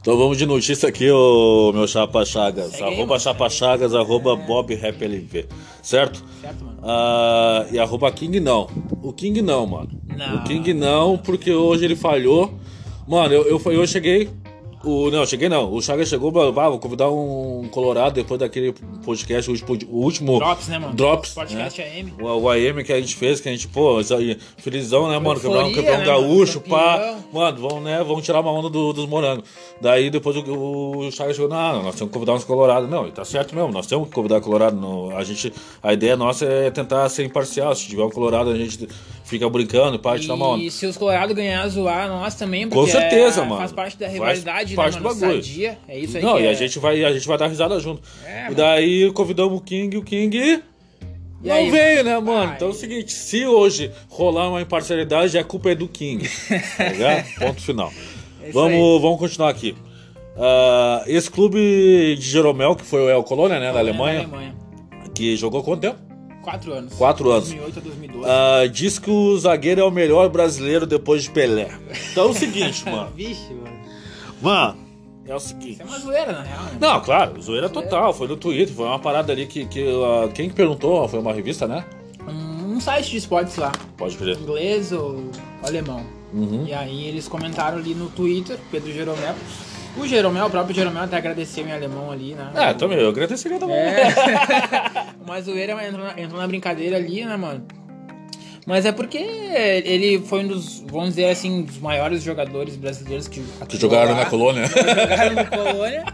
Speaker 1: Então vamos de notícia aqui, ô meu Chapa Chagas.
Speaker 2: Segue aí,
Speaker 1: arroba
Speaker 2: mano, É.
Speaker 1: Chapa Chagas, arroba Bob Rap LV. Certo?
Speaker 2: Certo, mano?
Speaker 1: Ah, e arroba King não. O King não, mano.
Speaker 2: Não.
Speaker 1: O King não, porque hoje ele falhou. Mano, eu, eu, eu cheguei. O, não, cheguei não. O Chaga chegou, bah, bah, vou convidar um Colorado depois daquele podcast, o último. O último
Speaker 2: Drops, né, mano?
Speaker 1: Drops.
Speaker 2: Podcast
Speaker 1: né?
Speaker 2: AM.
Speaker 1: O, o AM que a gente fez, que a gente, pô, isso aí, felizão, né, mano? Quebrar um
Speaker 2: Euforia,
Speaker 1: campeão
Speaker 2: né,
Speaker 1: gaúcho,
Speaker 2: mano?
Speaker 1: pá.
Speaker 2: Campeão.
Speaker 1: Mano, vamos, né, vamos tirar uma onda do- dos morangos. Daí depois o, o Chagas chegou, não, nós temos que convidar uns colorados. Não, e tá certo mesmo, nós temos que convidar colorado. Não, a gente, a ideia nossa é tentar ser imparcial. Se tiver um colorado, a gente fica brincando, pá, tirar uma onda.
Speaker 2: E se os Colorado ganhar, zoar nós também,
Speaker 1: Com
Speaker 2: porque
Speaker 1: certeza,
Speaker 2: é-
Speaker 1: mano.
Speaker 2: faz parte da
Speaker 1: Faz
Speaker 2: rivalidade,
Speaker 1: parte
Speaker 2: né,
Speaker 1: do
Speaker 2: mano?
Speaker 1: bagulho.
Speaker 2: Sadia, é isso aí
Speaker 1: Não,
Speaker 2: que
Speaker 1: e
Speaker 2: é-
Speaker 1: a gente vai, a gente vai dar risada junto.
Speaker 2: É,
Speaker 1: e
Speaker 2: mano.
Speaker 1: daí convidamos o King, o King
Speaker 2: E
Speaker 1: não
Speaker 2: aí? Ah,
Speaker 1: veio, né, mano?
Speaker 2: Ai.
Speaker 1: Então é o seguinte, se hoje rolar uma imparcialidade, a culpa é do
Speaker 2: *laughs*
Speaker 1: King. tá ligado? Ponto final.
Speaker 2: É isso
Speaker 1: vamos, vamos continuar aqui. Ah, esse clube de Jeromel, que foi o El Colônia, né, da Alemanha,
Speaker 2: Na É, Alemanha.
Speaker 1: que jogou quanto tempo?
Speaker 2: Quatro anos.
Speaker 1: Quatro anos.
Speaker 2: 2008 a 2012.
Speaker 1: Ah, diz que o zagueiro é o melhor brasileiro depois de Pelé. Então é o
Speaker 2: *laughs*
Speaker 1: seguinte, mano.
Speaker 2: Vixe, mano.
Speaker 1: Mano, é o seguinte.
Speaker 2: Isso é uma zoeira, na real, né?
Speaker 1: Não, claro, zoeira total. Foi no Twitter, foi uma parada ali que. que, ah, quem que perguntou? Foi uma revista, né?
Speaker 2: Um, um site de esportes lá,
Speaker 1: Pode crer.
Speaker 2: inglês ou alemão.
Speaker 1: Uhum.
Speaker 2: E aí eles comentaram ali no Twitter, Pedro Jeromel. O Jeromel, o próprio Jeromel até agradeceu em alemão ali, né?
Speaker 1: É, também, eu agradeceria também.
Speaker 2: *laughs* É. Uma zoeira mas entrou na, entrou na brincadeira ali, né, mano? Mas é porque ele foi um dos, vamos dizer assim, dos maiores jogadores brasileiros que,
Speaker 1: Que
Speaker 2: atuou
Speaker 1: jogaram
Speaker 2: lá.
Speaker 1: na *laughs*
Speaker 2: *laughs*
Speaker 1: colônia.
Speaker 2: Jogaram na Colônia,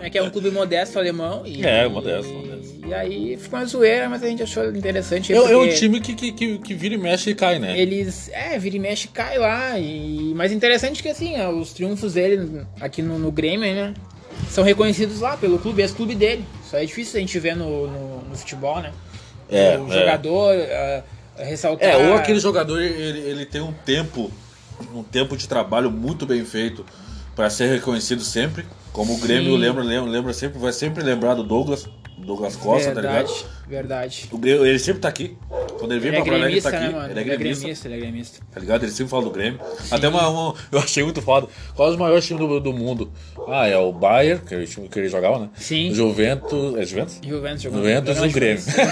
Speaker 2: né, que é um clube modesto alemão. E,
Speaker 1: É, modesto, modesto.
Speaker 2: E aí ficou uma zoeira, mas a gente achou interessante.
Speaker 1: É, é um
Speaker 2: porque
Speaker 1: time que, que, que, que vira e mexe e cai, né?
Speaker 2: Eles, é, vira e mexe, cai lá. E, mas interessante que, assim, ó, os triunfos dele aqui no, no Grêmio, né? São reconhecidos lá pelo clube, ex-clube dele. Isso aí é difícil a gente ver no, no, no futebol, né?
Speaker 1: É,
Speaker 2: o
Speaker 1: é.
Speaker 2: jogador ah, ressaltar...
Speaker 1: É, ou aquele jogador ele, ele tem um tempo, um tempo de trabalho muito bem feito para ser reconhecido sempre. Como o Grêmio
Speaker 2: Sim.
Speaker 1: lembra, lembra, lembra sempre, vai sempre lembrar do Douglas, Douglas Costa, tá
Speaker 2: Verdade,
Speaker 1: ligado?
Speaker 2: verdade.
Speaker 1: O Grêmio, ele sempre tá aqui. Quando ele vem
Speaker 2: Ele é
Speaker 1: pra Porto Alegre, ele tá aqui.
Speaker 2: gremista, né, mano?
Speaker 1: ele é gremista,
Speaker 2: ele é gremista.
Speaker 1: tá ligado? Ele sempre fala do Grêmio. Até uma, uma- eu achei muito foda. Qual é o maior time do, do mundo? Ah, é o Bayern, que é o time que ele jogava, né?
Speaker 2: Sim.
Speaker 1: Juventus. É Juventus?
Speaker 2: Juventus jogou.
Speaker 1: Juventus e
Speaker 2: jogou
Speaker 1: o Grêmio.
Speaker 2: *laughs* Juventus.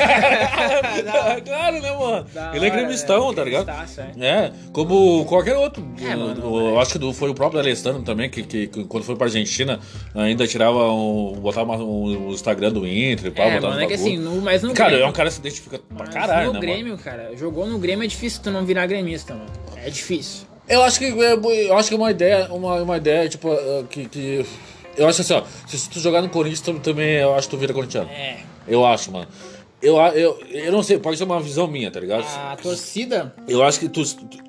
Speaker 1: claro, né, mano?
Speaker 2: Da
Speaker 1: Ele é
Speaker 2: hora,
Speaker 1: gremistão,
Speaker 2: né?
Speaker 1: tá ligado?
Speaker 2: Gremistaço, é.
Speaker 1: É, como qualquer outro.
Speaker 2: É, mano,
Speaker 1: Eu acho que do- foi o próprio Alessandro também, que, que- que quando foi pra Argentina, ainda tirava um. botava uma- um- o Instagram do Inter e pá,
Speaker 2: É,
Speaker 1: botava
Speaker 2: mano,
Speaker 1: no
Speaker 2: é que
Speaker 1: bagulho.
Speaker 2: assim, no, mas no
Speaker 1: Cara,
Speaker 2: Grêmio...
Speaker 1: é um cara que se identifica pra
Speaker 2: mas
Speaker 1: caralho,
Speaker 2: no
Speaker 1: né? mano?
Speaker 2: Grêmio, cara, jogou no Grêmio é difícil tu não virar gremista, mano. É difícil.
Speaker 1: Eu acho que é, eu acho que é uma ideia, uma, uma ideia, tipo, eh, que, que- Eu acho assim, ó, se tu jogar no Corinthians tu- também, eu acho que tu vira corintiano.
Speaker 2: É.
Speaker 1: Eu acho, mano. Eu, a- eu, eu não sei, pode ser uma visão minha, tá ligado?
Speaker 2: A torcida...
Speaker 1: Eu acho que tu,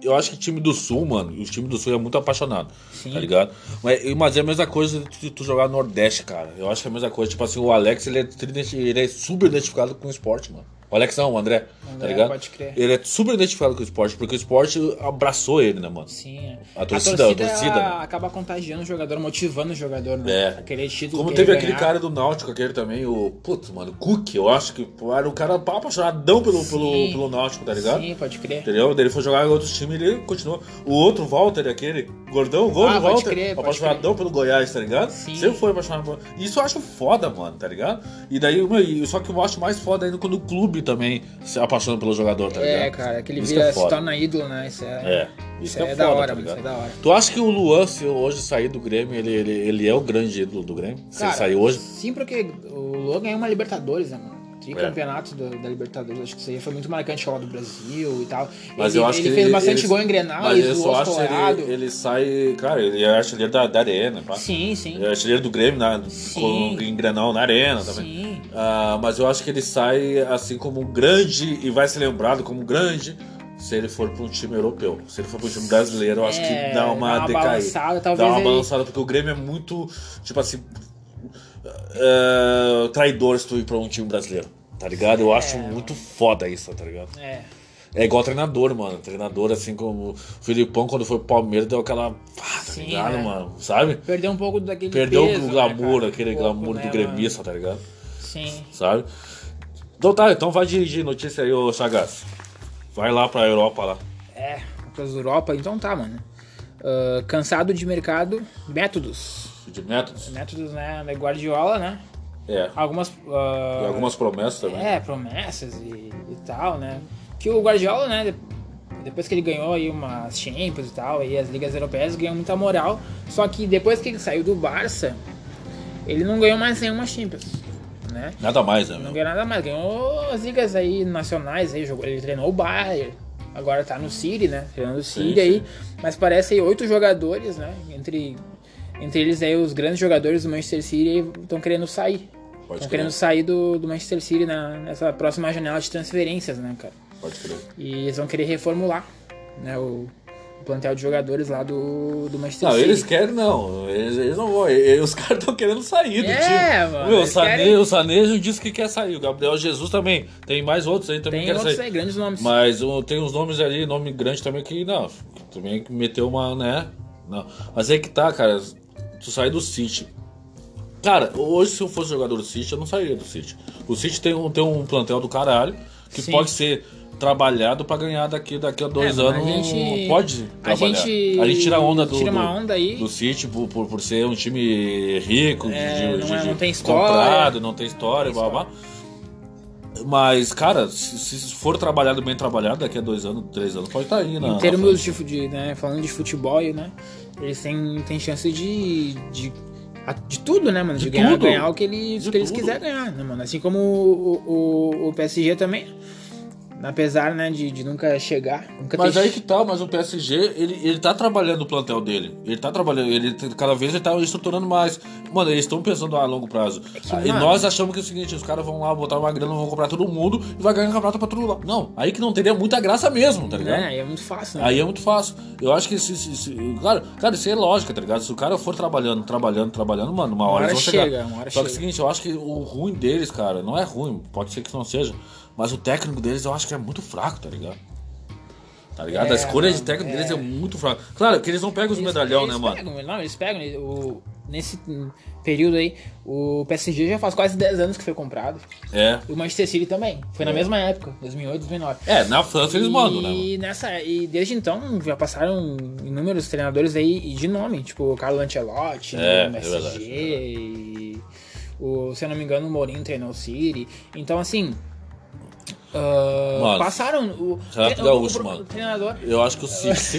Speaker 1: eu acho que time do Sul, mano, e o time do Sul é muito apaixonado,
Speaker 2: Sim.
Speaker 1: tá ligado? Mas, mas é a mesma coisa de tu jogar no Nordeste, cara. Eu acho que é a mesma coisa, tipo assim, o Alex, ele é, tridenti- ele é super identificado com o esporte, mano. O Alex não, o André, tá
Speaker 2: André,
Speaker 1: ligado?
Speaker 2: pode crer.
Speaker 1: Ele é super identificado com o esporte, porque o esporte abraçou ele, né, mano?
Speaker 2: Sim, é.
Speaker 1: A torcida- a torcida,
Speaker 2: ela
Speaker 1: né?
Speaker 2: acaba contagiando o jogador, motivando o jogador, né?
Speaker 1: É.
Speaker 2: Aquele título
Speaker 1: Como
Speaker 2: que
Speaker 1: teve
Speaker 2: ele
Speaker 1: aquele
Speaker 2: ganhar.
Speaker 1: cara do Náutico, aquele também, o. Putz, mano, Cook, eu acho que pô, era um cara apaixonadão pelo, pelo,
Speaker 2: Sim.
Speaker 1: pelo Náutico, tá ligado?
Speaker 2: Sim, pode crer.
Speaker 1: Entendeu? Daí ele foi jogar em outros times e ele continuou. O outro Walter, aquele gordão, o gol
Speaker 2: Ah,
Speaker 1: do
Speaker 2: pode
Speaker 1: Walter,
Speaker 2: crer, pode
Speaker 1: apaixonadão pelo Goiás, tá ligado?
Speaker 2: Sim.
Speaker 1: Sempre foi apaixonado por. Isso eu acho foda, mano, tá ligado? E daí, meu, e- só que eu acho mais foda ainda quando o clube também se apaixona pelo jogador, tá ligado?
Speaker 2: É, cara, aquele
Speaker 1: Isso
Speaker 2: vira
Speaker 1: é
Speaker 2: se
Speaker 1: foda.
Speaker 2: torna ídolo, né? Isso é,
Speaker 1: É, isso
Speaker 2: isso
Speaker 1: que é,
Speaker 2: é
Speaker 1: foda,
Speaker 2: da
Speaker 1: tá
Speaker 2: hora, mano. Isso é
Speaker 1: ligado?
Speaker 2: da hora.
Speaker 1: Tu acha que o Luan, se hoje sair do Grêmio, ele, ele, ele é o grande ídolo do Grêmio? Se ele
Speaker 2: Cara,
Speaker 1: sair hoje?
Speaker 2: Sim, porque o Lua ganhou uma Libertadores, né, mano?
Speaker 1: É.
Speaker 2: Tricampeonato da, da Libertadores, acho que isso aí foi muito marcante, Copa do Brasil e tal.
Speaker 1: Mas
Speaker 2: ele,
Speaker 1: eu acho
Speaker 2: ele
Speaker 1: que
Speaker 2: fez bastante
Speaker 1: ele-
Speaker 2: gol em Grenal,
Speaker 1: Mas
Speaker 2: ele
Speaker 1: eu
Speaker 2: zoou
Speaker 1: só
Speaker 2: os
Speaker 1: acho que
Speaker 2: Colorado.
Speaker 1: ele, ele sai. Cara, ele é artilheiro da, da Arena, pá.
Speaker 2: Sim, sim.
Speaker 1: Ele é artilheiro do Grêmio na,
Speaker 2: Sim.
Speaker 1: com- em Granal na Arena também.
Speaker 2: Sim.
Speaker 1: Ah, mas eu acho que ele sai assim como um grande e vai ser lembrado como um grande se ele for para um time europeu. Se ele for para um time brasileiro, eu acho
Speaker 2: É,
Speaker 1: que dá uma,
Speaker 2: dá uma
Speaker 1: decaída.
Speaker 2: balançada,
Speaker 1: dá
Speaker 2: talvez
Speaker 1: uma
Speaker 2: ele-
Speaker 1: balançada, porque o Grêmio é muito, tipo assim, ah, traidor se tu ir para um time brasileiro. Tá ligado? Eu acho muito foda isso, tá ligado?
Speaker 2: É.
Speaker 1: É igual treinador, mano. Treinador, assim como o Filipão, quando foi pro Palmeiras, deu aquela. Ah, tá
Speaker 2: Sim,
Speaker 1: ligado,
Speaker 2: né?
Speaker 1: mano? Sabe?
Speaker 2: Perdeu um pouco daquele
Speaker 1: Perdeu
Speaker 2: peso,
Speaker 1: o
Speaker 2: né,
Speaker 1: glamour,
Speaker 2: cara?
Speaker 1: aquele
Speaker 2: Um pouco,
Speaker 1: glamour
Speaker 2: né,
Speaker 1: do
Speaker 2: mano?
Speaker 1: gremista, tá ligado?
Speaker 2: Sim.
Speaker 1: sabe? Então tá, então vai dirigir notícia aí, ô Sagaz. Vai lá pra Europa lá.
Speaker 2: É, para Europa, então tá, mano. Ah, cansado de mercado, métodos.
Speaker 1: De métodos.
Speaker 2: Métodos, né? da Guardiola, né?
Speaker 1: É.
Speaker 2: Algumas.
Speaker 1: E
Speaker 2: ah,
Speaker 1: algumas promessas também.
Speaker 2: É, promessas e, e tal, né? Que o Guardiola, né, de- depois que ele ganhou aí umas Champions e tal, e as ligas europeias, ganhou muita moral. Só que depois que ele saiu do Barça, ele não ganhou mais nenhuma Champions, né?
Speaker 1: Nada mais, né,
Speaker 2: Não
Speaker 1: meu?
Speaker 2: ganhou nada mais, ganhou as ligas aí nacionais, aí, jogou, ele treinou o Bayern, agora tá no City, né? Treinando o City
Speaker 1: sim.
Speaker 2: aí, mas parece aí oito jogadores, né? Entre, entre eles aí os grandes jogadores do Manchester City estão querendo sair.
Speaker 1: Pode
Speaker 2: Estão
Speaker 1: crer.
Speaker 2: querendo sair do, do Manchester City na, nessa próxima janela de transferências, né, cara?
Speaker 1: Pode crer.
Speaker 2: E eles vão querer reformular, né, o, o plantel de jogadores lá do, do Manchester
Speaker 1: Não,
Speaker 2: City.
Speaker 1: eles querem não. Eles, eles não vão. E- e Os *laughs* caras estão querendo sair do
Speaker 2: É,
Speaker 1: time.
Speaker 2: mano,
Speaker 1: Meu, o
Speaker 2: eles
Speaker 1: Sane-
Speaker 2: querem-
Speaker 1: o Sanejo disse que quer sair. O Gabriel Jesus também. Tem mais outros aí também
Speaker 2: Tem
Speaker 1: que querem
Speaker 2: outros
Speaker 1: sair.
Speaker 2: aí, grandes nomes.
Speaker 1: Mas um, tem uns nomes ali, nome grande também que não, que também que meteu uma, né? Não. Mas é que tá, cara, tu sai do City. Cara, hoje se eu fosse jogador do City, eu não sairia do City. O City tem um, tem um plantel do caralho que
Speaker 2: Sim.
Speaker 1: pode ser trabalhado pra ganhar daqui, daqui a dois
Speaker 2: É,
Speaker 1: anos.
Speaker 2: mas a gente-
Speaker 1: pode
Speaker 2: a
Speaker 1: trabalhar.
Speaker 2: gente
Speaker 1: a gente tira a onda do,
Speaker 2: tira
Speaker 1: do-
Speaker 2: uma onda aí.
Speaker 1: do City por, por, por ser um time rico, de-
Speaker 2: É,
Speaker 1: de,
Speaker 2: não
Speaker 1: de-
Speaker 2: é-
Speaker 1: de
Speaker 2: não tem história.
Speaker 1: comprado, não tem história, blá, blá.
Speaker 2: história.
Speaker 1: Mas, cara, se, se for trabalhado bem trabalhado, daqui a dois anos, três anos, pode estar aí, né?
Speaker 2: Em termos de, fu- de, né, falando de futebol, né, eles têm, têm chance de, de, a- de tudo, né, mano? De,
Speaker 1: De
Speaker 2: ganhar,
Speaker 1: tudo.
Speaker 2: ganhar o que, ele,
Speaker 1: De
Speaker 2: que eles
Speaker 1: tudo.
Speaker 2: quiserem ganhar, né, mano? Assim como o, o, o PSG também. Apesar, né, de, de nunca chegar, nunca
Speaker 1: Mas
Speaker 2: ter
Speaker 1: aí que tá, mas o PSG, ele, ele tá trabalhando o plantel dele. Ele tá trabalhando, ele cada vez ele tá estruturando mais. Mano, eles estão pensando a longo prazo.
Speaker 2: que,
Speaker 1: e
Speaker 2: mano-
Speaker 1: nós achamos que é o seguinte, os caras vão lá botar uma grana, vão comprar todo mundo e vai ganhar o campeonato pra todo lado. Não, aí que não teria muita graça mesmo, tá ligado?
Speaker 2: né? Aí é muito fácil, né?
Speaker 1: Aí é muito fácil. Eu acho que se, se- se- cara, cara, isso é lógica, tá ligado? Se o cara for trabalhando, trabalhando, trabalhando, mano, uma hora,
Speaker 2: hora
Speaker 1: eles vão
Speaker 2: chega,
Speaker 1: chegar.
Speaker 2: uma hora
Speaker 1: Só que é o
Speaker 2: chega.
Speaker 1: seguinte, eu acho que o ruim deles, cara, não é ruim, pode ser que não seja, mas o técnico deles eu acho que é muito fraco, tá ligado? Tá ligado?
Speaker 2: É,
Speaker 1: a escolha de
Speaker 2: mano,
Speaker 1: técnico
Speaker 2: é.
Speaker 1: deles é muito fraca. Claro que eles não pegam os
Speaker 2: Eles-
Speaker 1: medalhão,
Speaker 2: eles
Speaker 1: né, mano?
Speaker 2: Pegam, não, eles pegam. eles- o- nesse período aí, o PSG já faz quase 10 anos que foi comprado.
Speaker 1: É.
Speaker 2: E o Manchester City também. Foi na mesma época, 2008, 2009.
Speaker 1: É, na França eles mandam, né? mano?
Speaker 2: E, nessa, e desde então já passaram inúmeros treinadores aí e de nome, tipo o Carlo Ancelotti,
Speaker 1: É,
Speaker 2: né, o
Speaker 1: é
Speaker 2: PSG,
Speaker 1: verdade, é
Speaker 2: e o, se eu não me engano, o Mourinho treinou o City. Então, assim. ah,
Speaker 1: Mano,
Speaker 2: passaram o,
Speaker 1: Renato
Speaker 2: o-
Speaker 1: Gaúcho,
Speaker 2: o- o
Speaker 1: mano.
Speaker 2: treinador.
Speaker 1: Eu acho que o
Speaker 2: *laughs*
Speaker 1: City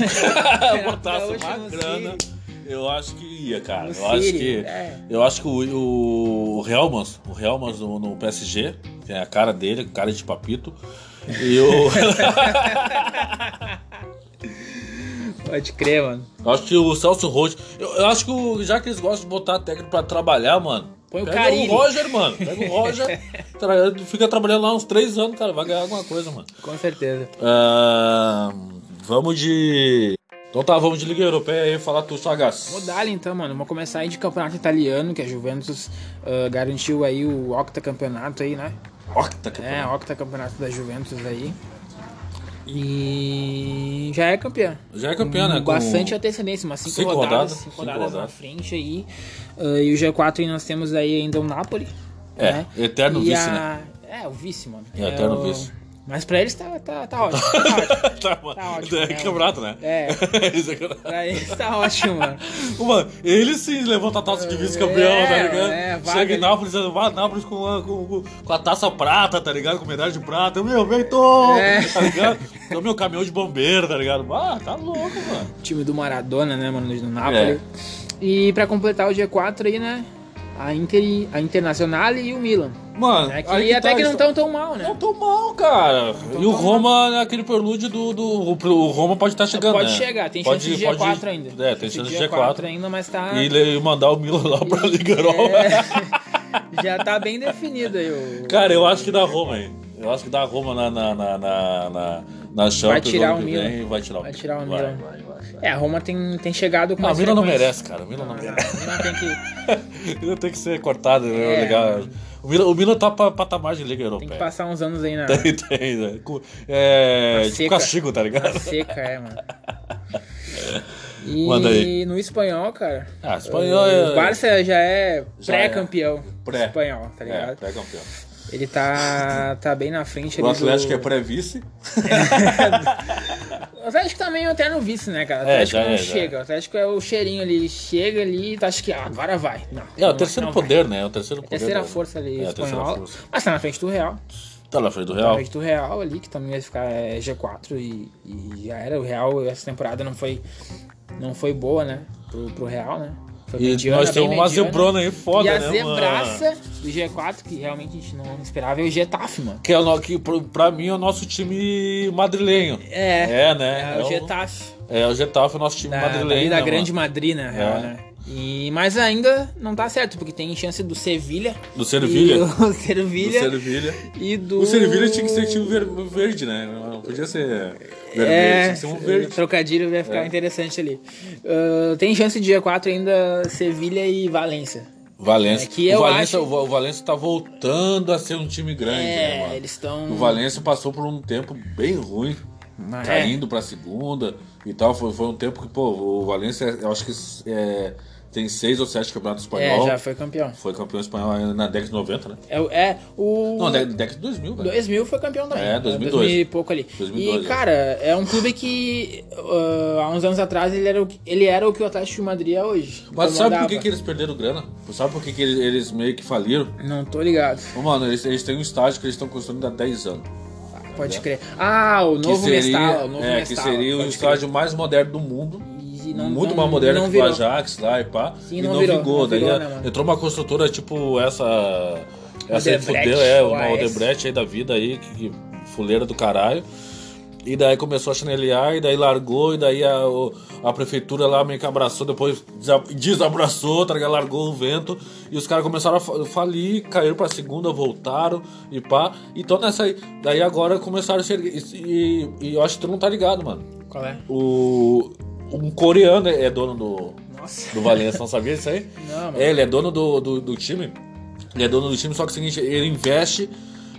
Speaker 1: botasse
Speaker 2: Gaúcho
Speaker 1: uma
Speaker 2: no
Speaker 1: grana.
Speaker 2: City.
Speaker 1: Eu acho que ia, cara.
Speaker 2: No
Speaker 1: eu acho
Speaker 2: City,
Speaker 1: que.
Speaker 2: é.
Speaker 1: Eu acho que o, o, o Helmans, o Helmans no, no PSG, tem é a cara dele, cara de papito. E
Speaker 2: *laughs*
Speaker 1: o.
Speaker 2: Pode crer, mano.
Speaker 1: eu acho que o Celso Roth. Eu, eu acho que o- já que eles gostam de botar técnico pra trabalhar, mano.
Speaker 2: Põe o
Speaker 1: pega
Speaker 2: Carille.
Speaker 1: o Roger, mano. Pega o
Speaker 2: *laughs*
Speaker 1: Roger. tra- fica trabalhando lá uns três anos, cara. Vai ganhar alguma coisa, mano.
Speaker 2: Com certeza.
Speaker 1: Ah, vamos de. Então tá, vamos de Liga Europeia aí falar tu, Sagas.
Speaker 2: Vou dar então, mano. Vamos começar aí de campeonato italiano, que a Juventus ah, garantiu aí o octacampeonato aí, né?
Speaker 1: Octa, tá que
Speaker 2: É, octacampeonato da Juventus aí. E já é campeã.
Speaker 1: Já é campeã,
Speaker 2: Com
Speaker 1: né? Com- *laughs*
Speaker 2: Hum, Bastante antecedência, umas 5
Speaker 1: Cinco
Speaker 2: rodadas,
Speaker 1: rodadas,
Speaker 2: cinco
Speaker 1: cinco
Speaker 2: rodadas na
Speaker 1: rodadas.
Speaker 2: frente aí. Ah, e o G4 aí nós temos aí ainda o Napoli.
Speaker 1: É,
Speaker 2: né?
Speaker 1: eterno
Speaker 2: E
Speaker 1: vice,
Speaker 2: a-
Speaker 1: né?
Speaker 2: É, o vice, mano.
Speaker 1: É, eterno
Speaker 2: o-
Speaker 1: vice.
Speaker 2: Mas pra eles tá, tá, tá ótimo. Tá ótimo.
Speaker 1: *laughs* tá, mano.
Speaker 2: Tá ótimo,
Speaker 1: é
Speaker 2: né?
Speaker 1: campeonato, né?
Speaker 2: É.
Speaker 1: *laughs* Isso é campeonato.
Speaker 2: pra eles tá ótimo, mano.
Speaker 1: Mano, ele sim levanta a taça de vice-campeão,
Speaker 2: É,
Speaker 1: tá ligado?
Speaker 2: é, vaga
Speaker 1: Chega em
Speaker 2: ali.
Speaker 1: Nápoles, vai Nápoles com a, com, com a taça prata, tá ligado? Com medalha de prata. Meu, vem, Tom!
Speaker 2: É.
Speaker 1: Tá ligado? Então, meu caminhão de bombeiro, tá ligado? Ah, tá louco, mano.
Speaker 2: time do Maradona, né, mano, do
Speaker 1: É.
Speaker 2: Napoli. E pra completar o G4 aí, né, a Inter, e- a Internacional e o Milan.
Speaker 1: Mano,
Speaker 2: Né, que
Speaker 1: aí
Speaker 2: até
Speaker 1: tá,
Speaker 2: que não
Speaker 1: isso-
Speaker 2: estão tão mal, né?
Speaker 1: Não tão mal, cara. e o Roma é aquele prelúdio do. do o, o Roma pode estar chegando.
Speaker 2: pode
Speaker 1: né?
Speaker 2: chegar, tem
Speaker 1: Pode-
Speaker 2: chance de
Speaker 1: pode-
Speaker 2: G4 ainda.
Speaker 1: É, tem chance de G4.
Speaker 2: ainda, mas tá...
Speaker 1: E ele mandar o Milan lá pra Liga Europa.
Speaker 2: É, *laughs* já tá bem definido aí
Speaker 1: *laughs*
Speaker 2: o...
Speaker 1: Cara, eu acho que dá Roma aí. Eu acho que dá Roma na, na, na, na, na, na Champions.
Speaker 2: tirar
Speaker 1: ano
Speaker 2: o
Speaker 1: que
Speaker 2: Milan.
Speaker 1: vem, Vai tirar o
Speaker 2: Vai
Speaker 1: Milan.
Speaker 2: tirar o
Speaker 1: Vai,
Speaker 2: Milan.
Speaker 1: vai, vai, vai.
Speaker 2: É, a Roma tem, tem chegado com É.
Speaker 1: Não, o
Speaker 2: mais
Speaker 1: Milan não
Speaker 2: frequência.
Speaker 1: merece, cara. O Milan
Speaker 2: Não,
Speaker 1: não
Speaker 2: não,
Speaker 1: merece. *laughs*
Speaker 2: o Milan tem que,
Speaker 1: O Milan tem que ser cortado, né?
Speaker 2: É,
Speaker 1: Legal. O, Milan, o Milan tá pra patamar de Liga
Speaker 2: tem que
Speaker 1: Europeia.
Speaker 2: passar uns anos aí na,
Speaker 1: *laughs* Tem, tem, né? Com- É,
Speaker 2: Na
Speaker 1: tipo
Speaker 2: seca.
Speaker 1: castigo, tá
Speaker 2: na *laughs*
Speaker 1: ligado?
Speaker 2: seca, é, mano.
Speaker 1: *laughs*
Speaker 2: E
Speaker 1: Manda aí.
Speaker 2: no espanhol, cara...
Speaker 1: Ah, espanhol é.
Speaker 2: O Barça já é
Speaker 1: Já é.
Speaker 2: pré-campeão
Speaker 1: Pré.
Speaker 2: espanhol, tá
Speaker 1: É,
Speaker 2: ligado?
Speaker 1: pré-campeão.
Speaker 2: Ele tá, tá bem na frente ali.
Speaker 1: O Atlético
Speaker 2: do...
Speaker 1: é pré-vice.
Speaker 2: O Atlético também é o eterno vice, né, cara? O
Speaker 1: É,
Speaker 2: Atlético
Speaker 1: já
Speaker 2: não
Speaker 1: é, já
Speaker 2: chega. O Atlético é o cheirinho ali. Ele chega ali e tá, acho que ah, agora vai. Não,
Speaker 1: É, o
Speaker 2: não,
Speaker 1: terceiro
Speaker 2: não vai.
Speaker 1: poder, né? É o terceiro poder.
Speaker 2: Terceira
Speaker 1: do-
Speaker 2: força
Speaker 1: É,
Speaker 2: ali
Speaker 1: a terceira
Speaker 2: espanhola.
Speaker 1: força.
Speaker 2: Mas tá na frente do Real.
Speaker 1: Tá na frente do
Speaker 2: Na
Speaker 1: Real.
Speaker 2: frente do Real ali, que também vai ficar é, G4 e, e já era. O Real essa temporada não foi, não foi boa, né? Pro, pro Real, né? Foi
Speaker 1: E
Speaker 2: mediana,
Speaker 1: nós
Speaker 2: bem
Speaker 1: temos uma
Speaker 2: mediana.
Speaker 1: zebrona aí foda,
Speaker 2: E a
Speaker 1: né?
Speaker 2: zebraça
Speaker 1: mano?
Speaker 2: do G4, que realmente a gente não esperava, é o Getafe, mano.
Speaker 1: Que, é o, no- que pro- pra mim é o nosso time madrilenho.
Speaker 2: É,
Speaker 1: É, né?
Speaker 2: é o
Speaker 1: um-
Speaker 2: Getafe.
Speaker 1: É o Getafe, o nosso time
Speaker 2: Da,
Speaker 1: madrilenho.
Speaker 2: ali da
Speaker 1: né,
Speaker 2: Grande
Speaker 1: mano?
Speaker 2: Madrid, na real,
Speaker 1: É.
Speaker 2: né? E, mas ainda não tá certo, porque tem chance do Sevilha.
Speaker 1: Do Sevilha.
Speaker 2: e
Speaker 1: Do
Speaker 2: O *laughs* Sevilha.
Speaker 1: Sevilha.
Speaker 2: E do.
Speaker 1: O Sevilha tinha que ser time ver- verde, né? Não podia ser vermelho,
Speaker 2: É,
Speaker 1: tinha que ser um verde. É.
Speaker 2: trocadilho vai ficar interessante ali. Ah, tem chance de G4 ainda Sevilha e Valência.
Speaker 1: Valência.
Speaker 2: É que eu
Speaker 1: o, Valência
Speaker 2: acho-
Speaker 1: o Valência tá voltando a ser um time grande, né,
Speaker 2: É,
Speaker 1: mano?
Speaker 2: eles estão.
Speaker 1: O Valência tá passou por um tempo bem ruim,
Speaker 2: Mas é.
Speaker 1: caindo pra segunda e tal. Foi, foi um tempo que, pô, o Valência, eu acho que é, tem seis ou sete campeonatos
Speaker 2: É,
Speaker 1: espanhol.
Speaker 2: já foi campeão.
Speaker 1: Foi campeão espanhol ainda na década de 90, né?
Speaker 2: É, o- é, o.
Speaker 1: Não, década década de 2000, velho.
Speaker 2: 2000 foi campeão também.
Speaker 1: É, 2002.
Speaker 2: 2000 e pouco ali.
Speaker 1: 2002,
Speaker 2: e,
Speaker 1: é.
Speaker 2: cara, é um clube que ah, há uns anos atrás ele era, o, que- ele era o que o Atlético de Madrid é hoje.
Speaker 1: Mas sabe por que, que
Speaker 2: Comandava.
Speaker 1: eles perderam grana? Sabe por que, que eles, eles meio que faliram?
Speaker 2: Não tô ligado.
Speaker 1: Ô, Mano, eles, eles têm um estádio que eles estão construindo há 10 anos.
Speaker 2: Pode crer. Ah, o
Speaker 1: É. Que
Speaker 2: novo Mestala. O novo
Speaker 1: é, que
Speaker 2: Mestala,
Speaker 1: seria o
Speaker 2: pode crer.
Speaker 1: estádio mais moderno do mundo.
Speaker 2: E não-
Speaker 1: muito
Speaker 2: não-
Speaker 1: mais moderno
Speaker 2: não
Speaker 1: que o
Speaker 2: virou.
Speaker 1: Ajax lá e pá.
Speaker 2: Sim,
Speaker 1: e
Speaker 2: não
Speaker 1: não,
Speaker 2: virou,
Speaker 1: vingou.
Speaker 2: não
Speaker 1: Daí é
Speaker 2: virou, né, mano?
Speaker 1: entrou uma construtora tipo essa. Essa aí
Speaker 2: Odebrecht,
Speaker 1: fudeu, é, uma
Speaker 2: OAS.
Speaker 1: Odebrecht aí da vida aí que, que fuleira do caralho. E daí começou a chanelear, e daí largou, e daí a, o- a prefeitura lá meio que abraçou, depois desa- desabraçou, tá ligado? Largou o vento, e os caras começaram a fa- falir, caíram pra segunda, voltaram e pá. Então nessa aí, daí agora começaram a se erguer. E, e- e eu acho que tu não tá ligado, mano.
Speaker 2: Qual é?
Speaker 1: O, um coreano é é dono do,
Speaker 2: Nossa.
Speaker 1: do Valença, não sabia disso aí?
Speaker 2: Não, mano.
Speaker 1: É, ele é dono do, do, do time. Ele é dono do time, só que é o seguinte, ele investe,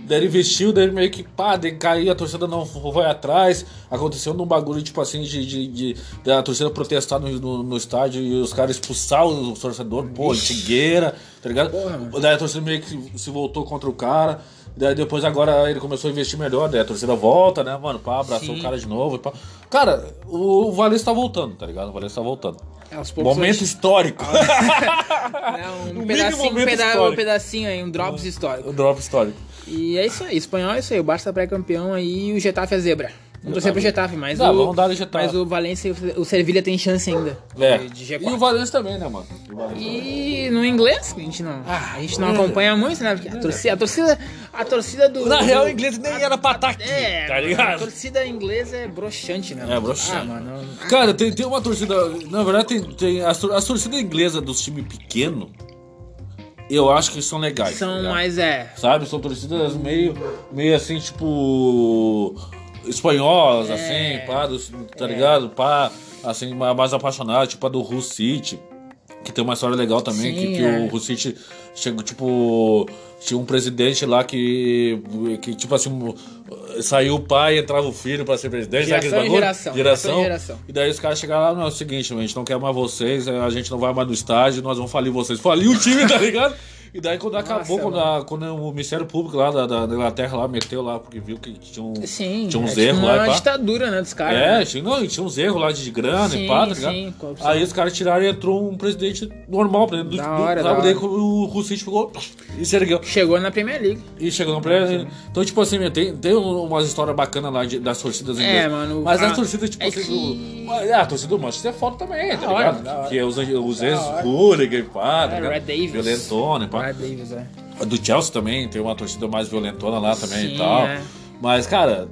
Speaker 1: daí ele investiu, daí ele meio que pá, daí caiu, a torcida não foi atrás. Aconteceu num bagulho, tipo assim, de, de, de- da torcida protestar no, no, no estádio e os caras expulsar o torcedor, pô, antigueira, tá ligado?
Speaker 2: Porra, mano.
Speaker 1: Daí a torcida meio que se voltou contra o cara. Daí depois agora ele começou a investir melhor, daí a torcida volta, né, mano? Pá, abraçou
Speaker 2: Sim.
Speaker 1: o cara de novo. e Pá. Cara, o Valência tá voltando, tá ligado? O Valência tá voltando.
Speaker 2: É, aos poucos
Speaker 1: Momento
Speaker 2: hoje- Ah,
Speaker 1: histórico.
Speaker 2: É,
Speaker 1: *laughs*
Speaker 2: um,
Speaker 1: mini
Speaker 2: pedacinho, um,
Speaker 1: momento
Speaker 2: peda-
Speaker 1: histórico. Uhum.
Speaker 2: um pedacinho aí, um drops histórico.
Speaker 1: *laughs* O drop histórico.
Speaker 2: E é isso aí, espanhol é isso aí, o Barça pré-campeão aí e o Getafe é zebra. Vamos torcer pro Getafe, mas
Speaker 1: Dá,
Speaker 2: o,
Speaker 1: vamos dar no Getafe.
Speaker 2: mas o Valencia e o- o Sevilha tem chance ainda
Speaker 1: É.
Speaker 2: de, de
Speaker 1: E o
Speaker 2: G4.
Speaker 1: Valencia também, né, mano? O Valencia também.
Speaker 2: E no inglês, a gente não, ah, a gente não acompanha muito, né? Porque a torcida, a torcida, a torcida do...
Speaker 1: Na
Speaker 2: do-
Speaker 1: real, o inglês nem era pra estar aqui,
Speaker 2: É,
Speaker 1: tá
Speaker 2: mano, a
Speaker 1: ligado?
Speaker 2: torcida inglesa é broxante, né?
Speaker 1: É, broxante.
Speaker 2: Ah, mano,
Speaker 1: Cara, tem, tem uma torcida. Na verdade, tem, tem as, tor- as torcidas inglesas dos times pequenos. Eu acho que são legais. tá
Speaker 2: são
Speaker 1: ligado?
Speaker 2: mais, é...
Speaker 1: Sabe? São torcidas meio, meio assim, tipo. espanholas,
Speaker 2: É.
Speaker 1: assim, pá, dos- tá ligado? Pá, assim, ma- mais apaixonada, tipo a do Hull City, que tem uma história legal também,
Speaker 2: Sim,
Speaker 1: que, que
Speaker 2: é.
Speaker 1: o Hull City chegou, tipo. Tinha um presidente lá que, que tipo assim, saiu o pai e entrava o filho pra ser presidente. sabe aquele
Speaker 2: Geração e
Speaker 1: bagulho?
Speaker 2: geração,
Speaker 1: Geração.
Speaker 2: geração e geração.
Speaker 1: E daí os caras chegaram lá, não, é o seguinte, a gente não quer mais vocês, eh, a gente não vai mais no estádio, nós vamos falir vocês. Falir o time, *laughs* tá ligado? E daí quando acabou, quando, a- quando o Ministério Público lá da, da- da Inglaterra lá meteu lá, porque viu que tinha, um,
Speaker 2: Sim,
Speaker 1: tinha
Speaker 2: é
Speaker 1: uns
Speaker 2: tipo
Speaker 1: erros lá
Speaker 2: uma
Speaker 1: e pá.
Speaker 2: ditadura, né, dos caras. né?
Speaker 1: É, tinha, não, e tinha uns erros lá de grana
Speaker 2: Sim,
Speaker 1: e pá, tá ligado?
Speaker 2: sim, corrupção.
Speaker 1: Aí os caras tiraram e entrou um presidente normal pra dentro do,
Speaker 2: Da
Speaker 1: do
Speaker 2: hora,
Speaker 1: sabe?
Speaker 2: da
Speaker 1: Daí
Speaker 2: hora.
Speaker 1: o Russite ficou e se ergueu.
Speaker 2: Chegou na Premier League.
Speaker 1: E chegou no pré. Então, tipo assim, tem, tem umas histórias bacanas lá de- das torcidas inglesas.
Speaker 2: mano,
Speaker 1: Mas
Speaker 2: ah,
Speaker 1: as torcidas, tipo
Speaker 2: é
Speaker 1: assim.
Speaker 2: que-
Speaker 1: do- Mas, ah, a torcida do Manchester é foda também, tá
Speaker 2: Da hora,
Speaker 1: ligado?
Speaker 2: da hora.
Speaker 1: que é os, os ex-hooligan, e pá, tá
Speaker 2: É,
Speaker 1: ligado?
Speaker 2: Red Davis.
Speaker 1: Violentona, e pá.
Speaker 2: Ah, Davis, é.
Speaker 1: A Do Chelsea também, tem uma torcida mais violentona lá também
Speaker 2: Sim,
Speaker 1: e tal.
Speaker 2: é.
Speaker 1: Mas, cara,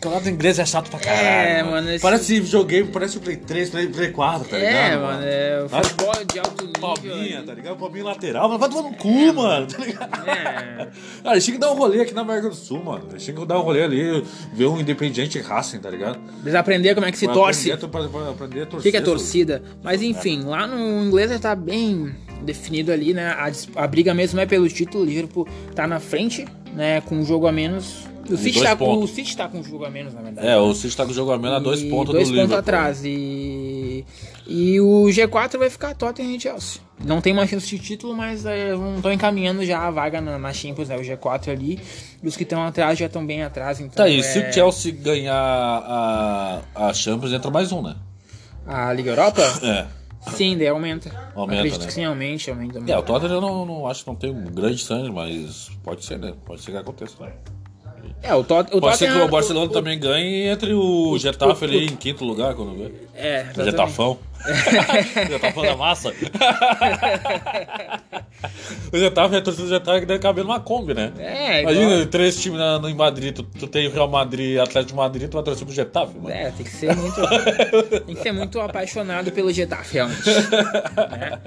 Speaker 1: campeonato inglês é chato pra caralho.
Speaker 2: É, mano,
Speaker 1: mano
Speaker 2: esse-
Speaker 1: Parece videogame, parece o Play 3, Play, Play 4, tá ligado?
Speaker 2: é, mano, é o
Speaker 1: Ah,
Speaker 2: futebol de alto nível.
Speaker 1: Palminha,
Speaker 2: né?
Speaker 1: tá ligado? Palminha lateral, mas vai tomar no cu, mano, tá ligado?
Speaker 2: É.
Speaker 1: Cara, tinha que dar um rolê aqui na América do Sul, mano. Tinha que dar um rolê ali, ver um Independiente Racing, tá ligado?
Speaker 2: Precisa aprender como é que se
Speaker 1: Pra
Speaker 2: torce.
Speaker 1: Aprender, pra, pra aprender a
Speaker 2: O
Speaker 1: torcer.
Speaker 2: que, que é
Speaker 1: sabe?
Speaker 2: torcida? Mas enfim, lá no inglês já tá bem definido ali, né? A, dis- a briga mesmo é pelo título, o Liverpool tá na frente, né? Com um jogo a menos. O City,
Speaker 1: dois
Speaker 2: tá com, o
Speaker 1: pontos.
Speaker 2: City tá com um jogo a menos, na verdade.
Speaker 1: É, o City tá com o jogo a menos a dois
Speaker 2: E
Speaker 1: pontos
Speaker 2: dois
Speaker 1: do
Speaker 2: pontos
Speaker 1: Liverpool.
Speaker 2: atrás. E, e o G4 vai ficar Tottenham e Chelsea. Não tem mais chance de título, mas estão encaminhando já a vaga na, na Champions, né? O G4 ali. E os que estão atrás já estão bem atrás. Então
Speaker 1: Tá aí,
Speaker 2: é
Speaker 1: se o Chelsea ganhar a, a Champions, entra mais um, né?
Speaker 2: A Liga Europa?
Speaker 1: É.
Speaker 2: sim, daí aumenta.
Speaker 1: Aumenta,
Speaker 2: Acredito
Speaker 1: né?
Speaker 2: que sim, aumente, aumenta. aumenta.
Speaker 1: É, o Tottenham eu não, não acho que não tem um grande sangue, mas pode ser, né? Pode ser que aconteça.
Speaker 2: É, o, Tot o
Speaker 1: Pode ser que
Speaker 2: Tottenham-
Speaker 1: o Barcelona
Speaker 2: o-
Speaker 1: também ganhe entre o, Getafe ali em quinto lugar, quando vê.
Speaker 2: É, exatamente.
Speaker 1: Getafão. *laughs* Getafão da massa. o Getafe, a torcida do Getafe que deve caber numa Kombi, né?
Speaker 2: É, igual-
Speaker 1: Imagina, três times na, no- em Madrid, tu, tu tem o Real Madrid, Atlético de Madrid, tu vai torcer pro Getafe, mano.
Speaker 2: É, tem que ser
Speaker 1: *laughs*
Speaker 2: muito. tem que ser muito apaixonado pelo Getafe, realmente. né?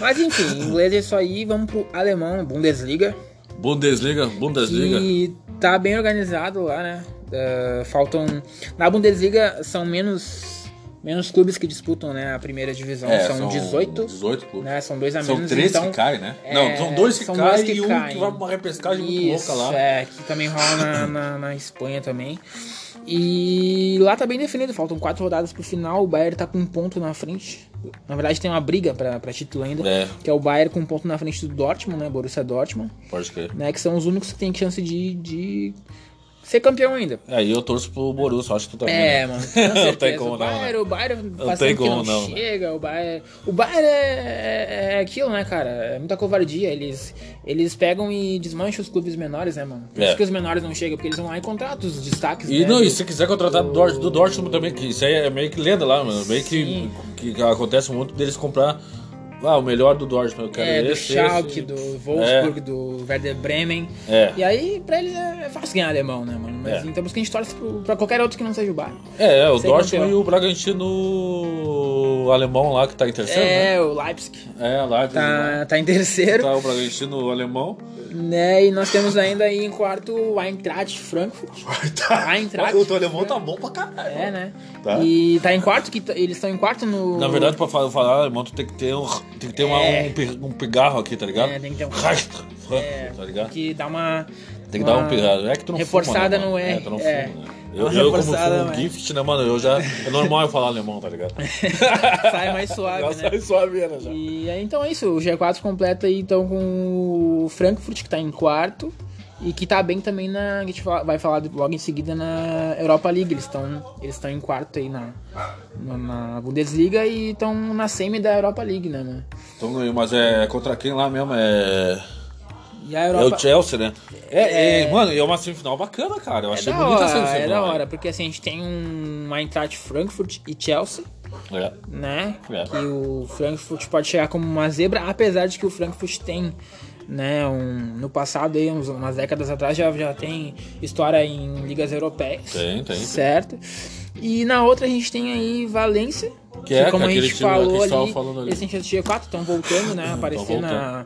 Speaker 2: Mas enfim, em inglês é isso aí. Vamos pro alemão, Bundesliga.
Speaker 1: Bundesliga, Bundesliga.
Speaker 2: E tá bem organizado lá, né? Eh, faltam. Na Bundesliga são menos, menos clubes que disputam né, a primeira divisão.
Speaker 1: É,
Speaker 2: são, 18.
Speaker 1: 18 clubes.
Speaker 2: Né, são dois a
Speaker 1: São
Speaker 2: menos.
Speaker 1: três
Speaker 2: então,
Speaker 1: que caem, né?
Speaker 2: é,
Speaker 1: não, são dois que
Speaker 2: são
Speaker 1: caem
Speaker 2: dois que
Speaker 1: e um
Speaker 2: caem.
Speaker 1: que vai pra uma repescagem muito
Speaker 2: Isso,
Speaker 1: louca lá.
Speaker 2: é, que também rola na, na, na Espanha também. E lá tá bem definido, faltam quatro rodadas pro final, o Bayern tá com um ponto na frente. Na verdade tem uma briga pra, pra título ainda,
Speaker 1: É.
Speaker 2: que é o Bayern com um ponto na frente do Dortmund, né, Borussia Dortmund,
Speaker 1: Pode crer.
Speaker 2: né, que são os únicos que têm chance de, de ser campeão ainda.
Speaker 1: É, e eu torço pro Borussia, acho que tu também.
Speaker 2: É,
Speaker 1: né?
Speaker 2: mano. Com
Speaker 1: *laughs* Não
Speaker 2: certeza.
Speaker 1: tem como
Speaker 2: o
Speaker 1: não, né?
Speaker 2: Bayern, o Bayern passando
Speaker 1: tem
Speaker 2: que
Speaker 1: como
Speaker 2: não,
Speaker 1: não, né?
Speaker 2: chega, o Bayern, o Bayern é, é- é aquilo, né, cara? É muita covardia. Eles, eles pegam e desmancham os clubes menores, né, mano? Por
Speaker 1: É.
Speaker 2: isso que os menores não chegam, porque eles vão lá e contratam os destaques.
Speaker 1: E,
Speaker 2: né,
Speaker 1: não,
Speaker 2: do-
Speaker 1: e se quiser contratar do, Dort- do Dortmund também, que isso aí é meio que lenda lá, mano. Meio que,
Speaker 2: Sim.
Speaker 1: que acontece muito deles comprar Ah, o melhor do Dortmund, eu quero
Speaker 2: É, do
Speaker 1: esse,
Speaker 2: Schalke,
Speaker 1: esse.
Speaker 2: do Wolfsburg, do Werder Bremen.
Speaker 1: É.
Speaker 2: E aí, pra eles é é fácil ganhar alemão, né, mano? Mas
Speaker 1: É.
Speaker 2: então por isso que a gente torce pro- pra qualquer outro que não seja o Bayern.
Speaker 1: É, é, o
Speaker 2: Sem
Speaker 1: Dortmund
Speaker 2: campeão.
Speaker 1: e o Bragantino alemão lá que tá em terceiro, né?
Speaker 2: É, o Leipzig.
Speaker 1: É, lá tá.
Speaker 2: Tá, tá em terceiro,
Speaker 1: tá o Bragantino alemão.
Speaker 2: né? E nós temos ainda aí em quarto o Eintracht Frankfurt.
Speaker 1: Tá.
Speaker 2: Eintracht.
Speaker 1: O teu alemão tá bom pra caralho.
Speaker 2: É, né?
Speaker 1: Tá.
Speaker 2: E tá em quarto, que t- eles estão em quarto no.
Speaker 1: Na verdade, pra fa- falar alemão, tu tem que ter um, tem que ter uma-
Speaker 2: É.
Speaker 1: um, pi- um pigarro aqui, tá ligado?
Speaker 2: É, tem que ter um-
Speaker 1: Reicht, Frankfurt,
Speaker 2: É,
Speaker 1: tá ligado?
Speaker 2: que dá uma.
Speaker 1: Tem que
Speaker 2: uma
Speaker 1: dar um
Speaker 2: *laughs*
Speaker 1: pirralho. É que tu não
Speaker 2: Reforçada
Speaker 1: fuma,
Speaker 2: no
Speaker 1: né, mano?
Speaker 2: R,
Speaker 1: É, tu não
Speaker 2: é.
Speaker 1: fuma, né?
Speaker 2: Dá
Speaker 1: Eu,
Speaker 2: uma
Speaker 1: eu como fumo
Speaker 2: reforçada,
Speaker 1: um
Speaker 2: né?
Speaker 1: gift, né, mano? Eu já... É normal eu falar alemão, tá ligado?
Speaker 2: *laughs* Sai mais suave, né?
Speaker 1: sai só a vena já.
Speaker 2: E aí, então é isso, o G4 completa aí então com o Frankfurt, que tá em quarto, e que tá bem também na. A gente fala- vai falar de- logo em seguida na Europa League. Eles estão eles tão em quarto aí na, na, na Bundesliga e estão na semi da Europa League, né? né?
Speaker 1: Então, mas é contra quem lá mesmo? É...
Speaker 2: E a
Speaker 1: É
Speaker 2: Europa.
Speaker 1: o Chelsea, né? É, é, mano, e é uma semifinal bacana, cara. Eu achei
Speaker 2: É da
Speaker 1: bonita essa
Speaker 2: hora,
Speaker 1: semifinal.
Speaker 2: é da hora, porque assim, a gente tem um Eintracht Frankfurt e Chelsea,
Speaker 1: É.
Speaker 2: né?
Speaker 1: É.
Speaker 2: Que o Frankfurt pode chegar como uma zebra, apesar de que o Frankfurt tem, né, um- no passado aí, uns, umas décadas atrás, já, já tem história em ligas europeias.
Speaker 1: Tem, tem, tem.
Speaker 2: Certo? E na outra a gente tem aí Valência,
Speaker 1: Que é
Speaker 2: como a
Speaker 1: aquele
Speaker 2: gente
Speaker 1: time lá que a
Speaker 2: falou
Speaker 1: gente tava
Speaker 2: ali,
Speaker 1: falando ali. Uhum,
Speaker 2: eles têm chance de G4, estão voltando, né, a aparecer
Speaker 1: voltando.
Speaker 2: na...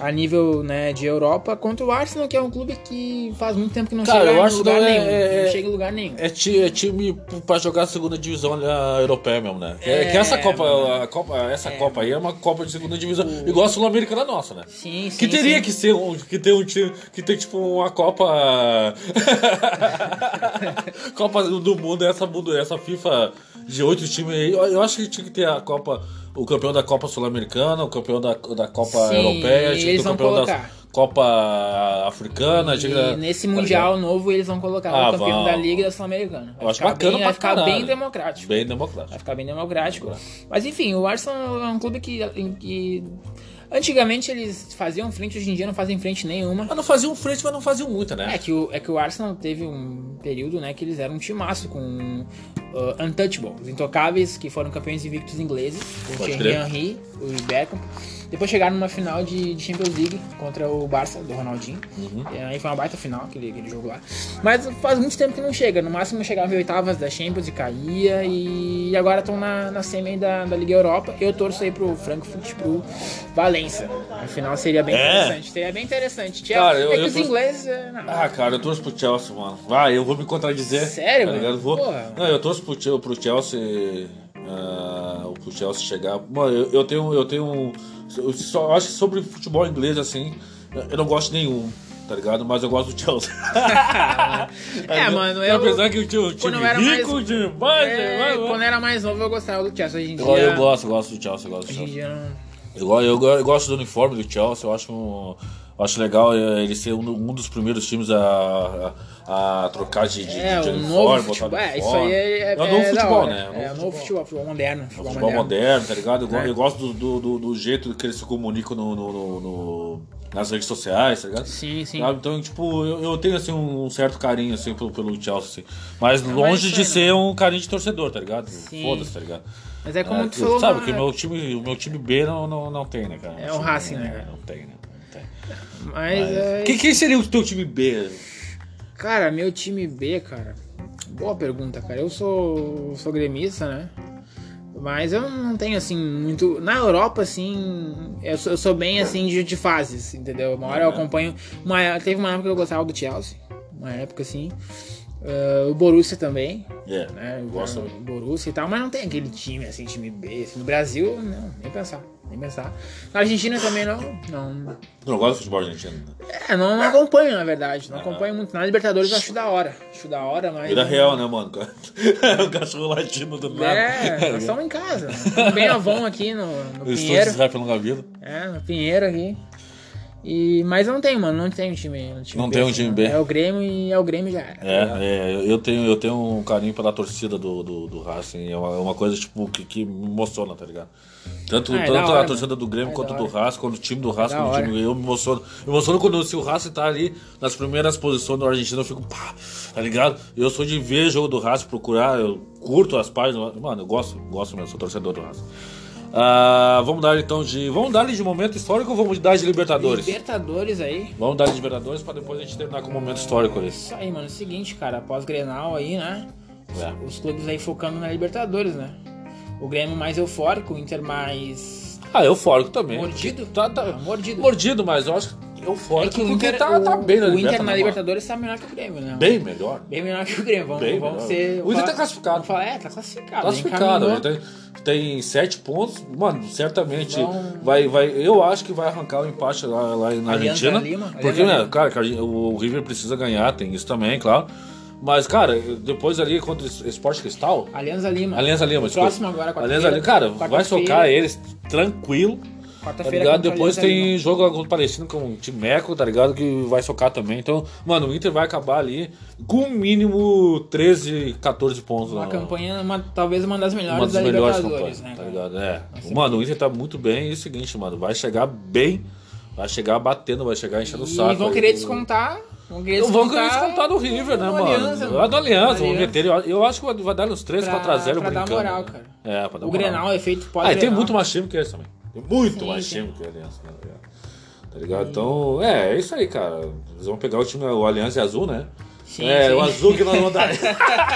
Speaker 2: A nível né, de Europa, contra o Arsenal, que é um clube que faz muito tempo que não
Speaker 1: Cara,
Speaker 2: chega
Speaker 1: o
Speaker 2: em
Speaker 1: Arsenal
Speaker 2: lugar
Speaker 1: é-
Speaker 2: nenhum.
Speaker 1: é-
Speaker 2: não chega em lugar nenhum.
Speaker 1: É, ti- é time p- pra jogar a segunda divisão né, europeia mesmo, né? Que,
Speaker 2: É,
Speaker 1: que essa Copa,
Speaker 2: mano.
Speaker 1: a Copa- essa Copa aí é uma Copa de segunda divisão, igual a Sul-Americana nossa, né?
Speaker 2: Sim, sim,
Speaker 1: Que teria
Speaker 2: sim.
Speaker 1: que ser um, que ter um time, que ter tipo uma Copa *laughs* Copa do Mundo, essa mundo, essa FIFA de oito times aí. Eu, eu acho que tinha que ter a Copa, o campeão da Copa Sul-Americana, o campeão da, da Copa
Speaker 2: Sim,
Speaker 1: Europeia, tinha que
Speaker 2: eles
Speaker 1: ter o
Speaker 2: vão
Speaker 1: campeão da
Speaker 2: colocar.
Speaker 1: Copa Africana, tinha que
Speaker 2: E
Speaker 1: ter-
Speaker 2: nesse
Speaker 1: tá
Speaker 2: Mundial novo eles vão colocar
Speaker 1: Ah,
Speaker 2: o campeão
Speaker 1: vão.
Speaker 2: da Liga e da Sul-Americana. Vai
Speaker 1: Eu acho
Speaker 2: ficar
Speaker 1: bacana
Speaker 2: bem,
Speaker 1: pra
Speaker 2: Vai ficar
Speaker 1: caralho.
Speaker 2: bem democrático.
Speaker 1: Tá ligado? Bem
Speaker 2: Vai
Speaker 1: democrático.
Speaker 2: ficar bem democrático. Mas enfim, o Arsenal é um clube que, em que antigamente eles faziam frente, hoje em dia não fazem frente nenhuma.
Speaker 1: Mas não faziam frente, mas não faziam muita, né?
Speaker 2: É que o, é que o Arsenal teve um período né, que eles eram um timaço com uh, Untouchables, Intocáveis, que foram campeões invictos ingleses, com o
Speaker 1: Pode
Speaker 2: Thierry
Speaker 1: crer.
Speaker 2: Henry, o Beckham. Depois chegaram numa final de, de Champions League contra o Barça, do Ronaldinho.
Speaker 1: Uhum.
Speaker 2: E aí foi uma baita final aquele, aquele jogo lá. Mas faz muito tempo que não chega. No máximo chegava em oitavas da Champions e caía. E agora estão na, na semi da, da Liga Europa. Eu torço aí pro Frankfurt, pro Valência. A final seria bem
Speaker 1: É.
Speaker 2: interessante. Seria bem interessante. Tinha-
Speaker 1: Cara, eu-
Speaker 2: é que
Speaker 1: eu
Speaker 2: os
Speaker 1: torço-
Speaker 2: ingleses... é, não.
Speaker 1: Ah, cara, eu torço pro Chelsea, mano. Ah, eu vou me contradizer.
Speaker 2: Sério,
Speaker 1: tá
Speaker 2: mano?
Speaker 1: ligado? Vou...
Speaker 2: Porra.
Speaker 1: Não, eu torço pro, Chel- pro Chelsea. ah, pro Chelsea chegar. Mano, eu, eu tenho. Eu tenho. um- Eu só acho que sobre futebol inglês, assim, eu não gosto de nenhum, tá ligado? Mas eu gosto do Chelsea.
Speaker 2: *laughs* É, mano, eu-
Speaker 1: Apesar que o time, o time
Speaker 2: quando eu era mais-
Speaker 1: rico, o time mais.
Speaker 2: É, quando era mais novo eu gostava do Chelsea. Hoje em dia.
Speaker 1: Eu, eu gosto, eu gosto do Chelsea, eu gosto do
Speaker 2: Hoje em
Speaker 1: Chelsea.
Speaker 2: dia não.
Speaker 1: Eu, go- eu go- eu gosto do uniforme do Chelsea, eu acho, um- eu acho legal eh, ele ser um, do- um dos primeiros times a, a, a trocar de, de,
Speaker 2: É,
Speaker 1: um de
Speaker 2: o
Speaker 1: uniforme,
Speaker 2: novo
Speaker 1: botar
Speaker 2: futebol. É, isso
Speaker 1: uniforme.
Speaker 2: aí é. É,
Speaker 1: o novo
Speaker 2: da
Speaker 1: futebol,
Speaker 2: hora.
Speaker 1: né? É o novo
Speaker 2: É, o novo futebol, É. futebol moderno. Futebol,
Speaker 1: futebol
Speaker 2: moderno.
Speaker 1: moderno, tá ligado? Eu, go- eu gosto do, do, do- do jeito que eles se comunicam no, no- no- no- nas redes sociais, tá ligado?
Speaker 2: Sim, sim.
Speaker 1: Sabe? Então, tipo, eu, eu tenho assim, um certo carinho assim, pelo, pelo Chelsea, assim.
Speaker 2: É,
Speaker 1: mas longe
Speaker 2: isso
Speaker 1: de
Speaker 2: aí,
Speaker 1: ser um carinho de torcedor, tá ligado? Foda-se, tá ligado?
Speaker 2: Mas é como
Speaker 1: É,
Speaker 2: tu falou.
Speaker 1: sabe
Speaker 2: na-
Speaker 1: que o meu time, o meu time B não, não, não tem, né, cara?
Speaker 2: É
Speaker 1: Meu
Speaker 2: o
Speaker 1: time
Speaker 2: Racing,
Speaker 1: B,
Speaker 2: né, cara?
Speaker 1: Não tem, né? Não tem.
Speaker 2: Mas, é,
Speaker 1: Quem, quem seria o teu time B?
Speaker 2: Cara, meu time B, cara. Boa pergunta, cara. Eu sou, sou gremista, né? Mas eu não tenho, assim, muito. Na Europa, assim, eu sou, eu sou bem, assim, de, de fases, entendeu? Uma hora eu acompanho. Uma, é, teve uma época que eu gostava do Chelsea. Uma época, assim. Ah, o Borussia também,
Speaker 1: É,
Speaker 2: né?
Speaker 1: eu
Speaker 2: O
Speaker 1: gosto.
Speaker 2: Borussia e tal, mas não tem aquele time, assim, time B. assim. no Brasil, não, nem pensar, nem pensar. Na Argentina também não. Não,
Speaker 1: Tu não gosta de futebol argentino? né?
Speaker 2: é, não, não acompanho, na verdade.
Speaker 1: Ah.
Speaker 2: Não acompanho muito. Na Libertadores eu acho da hora. Acho da hora, mas.
Speaker 1: Vida real, né, mano? *laughs* o cachorro latindo do nada. *laughs*
Speaker 2: É, nós estamos em casa. Estamos bem avon aqui no, no
Speaker 1: Eu estou de
Speaker 2: Pinheiro.
Speaker 1: rap longa vida.
Speaker 2: É, no Pinheiro aqui. E, mas não tem, mano. Não tem um time. Um time
Speaker 1: Não
Speaker 2: B,
Speaker 1: tem um
Speaker 2: assim,
Speaker 1: time
Speaker 2: né?
Speaker 1: B.
Speaker 2: É o Grêmio e é o Grêmio já era.
Speaker 1: É, é, eu- eu tenho, eu tenho um carinho pela torcida do, do, do Racing. É uma, é uma coisa tipo, que, que me emociona, tá ligado? Tanto,
Speaker 2: Ah, é da
Speaker 1: tanto
Speaker 2: hora,
Speaker 1: a torcida
Speaker 2: mano.
Speaker 1: do Grêmio
Speaker 2: É
Speaker 1: quanto
Speaker 2: da É
Speaker 1: do Racing, quando o time do Racing,
Speaker 2: da
Speaker 1: quando o time
Speaker 2: hora.
Speaker 1: ganhou, me emociono. Me emociono quando se o Racing tá ali nas primeiras posições do Argentina, eu fico, pá, tá ligado? Eu sou de ver jogo do Racing, procurar, eu curto as páginas. Mano, eu gosto, gosto mesmo, sou torcedor do Racing. Ah, vamos dar então de. Vamos dar de momento histórico ou vamos dar de Libertadores?
Speaker 2: Libertadores aí.
Speaker 1: Vamos dar de Libertadores pra depois a gente terminar com o momento histórico esse.
Speaker 2: Isso aí, mano. É o seguinte, cara, após Grenal aí, né? Os-
Speaker 1: É.
Speaker 2: Os clubes aí focando na Libertadores, né? O Grêmio mais eufórico, o Inter mais é
Speaker 1: Ah, eufórico também.
Speaker 2: Mordido?
Speaker 1: Tá, tá-
Speaker 2: Ah, mordido.
Speaker 1: Mordido, mas eu acho que eufórico
Speaker 2: É que o
Speaker 1: porque
Speaker 2: Inter,
Speaker 1: tá,
Speaker 2: o,
Speaker 1: tá bem na
Speaker 2: o
Speaker 1: Liberta,
Speaker 2: Inter na
Speaker 1: né,
Speaker 2: Libertadores tá melhor que o Grêmio, né?
Speaker 1: mano? Bem melhor.
Speaker 2: Bem melhor que o Grêmio. Vamos,
Speaker 1: Bem
Speaker 2: vamos
Speaker 1: melhor.
Speaker 2: ser.
Speaker 1: O Inter tá
Speaker 2: falar-
Speaker 1: classificado.
Speaker 2: vamos falar, é, tá classificado.
Speaker 1: Classificado.
Speaker 2: encaminhou.
Speaker 1: ele Tem, tem sete pontos. Mano, certamente
Speaker 2: Vão-
Speaker 1: vai, vai. Eu acho que vai arrancar o empate lá, lá na
Speaker 2: Alianza
Speaker 1: Argentina.
Speaker 2: Lima, Alianza
Speaker 1: porque, né,
Speaker 2: Lima.
Speaker 1: cara, que a gente- o River precisa ganhar, tem isso também, claro. Mas, cara, depois ali contra o Esporte Cristal.
Speaker 2: Alianza Lima.
Speaker 1: tá- Alianza Lima,
Speaker 2: O
Speaker 1: desculpa.
Speaker 2: Próximo agora, é quarta-feira.
Speaker 1: Alianza Lima, cara, vai
Speaker 2: Quarta-feira.
Speaker 1: socar eles tranquilo. Tá
Speaker 2: Quarta-feira
Speaker 1: ligado?
Speaker 2: contra o
Speaker 1: Depois
Speaker 2: Alianza
Speaker 1: tem
Speaker 2: Lima.
Speaker 1: jogo contra o Palestino com o time Meco, tá ligado? Que vai socar também. Então, mano, o Inter vai acabar ali com no mínimo 13, 14 pontos
Speaker 2: Uma
Speaker 1: lá.
Speaker 2: campanha, uma- talvez uma das melhores
Speaker 1: Uma das
Speaker 2: da
Speaker 1: melhores
Speaker 2: Libertadores,
Speaker 1: campanhas,
Speaker 2: né?
Speaker 1: tá
Speaker 2: cara?
Speaker 1: ligado? É. Mano, o Inter tá muito bem. E é o seguinte, mano, vai chegar bem, vai chegar batendo, vai chegar enchendo o saco.
Speaker 2: E vão
Speaker 1: aí.
Speaker 2: querer descontar. Vão querer
Speaker 1: Não
Speaker 2: descontar.
Speaker 1: vão querer descontar no River, né,
Speaker 2: no
Speaker 1: mano?
Speaker 2: Alianza,
Speaker 1: Lá do Alianza, vão
Speaker 2: Alianza.
Speaker 1: meter. Eu eu acho que vai dar uns 3,
Speaker 2: Pra-
Speaker 1: 4 a 0
Speaker 2: pra dar
Speaker 1: brincando,
Speaker 2: moral,
Speaker 1: né?
Speaker 2: cara.
Speaker 1: É, pra dar moral.
Speaker 2: O Grenal é feito pós
Speaker 1: Ah, e tem
Speaker 2: Grenal.
Speaker 1: muito mais time que eles também. Tem muito
Speaker 2: Sim,
Speaker 1: mais
Speaker 2: tem.
Speaker 1: time que a Aliança, né? tá ligado? Tá ligado? Então, é, é isso aí, cara. Eles vão pegar o time, o Aliança é azul, né?
Speaker 2: Sim,
Speaker 1: é,
Speaker 2: sim.
Speaker 1: o azul que nós vamos dar.
Speaker 2: *laughs*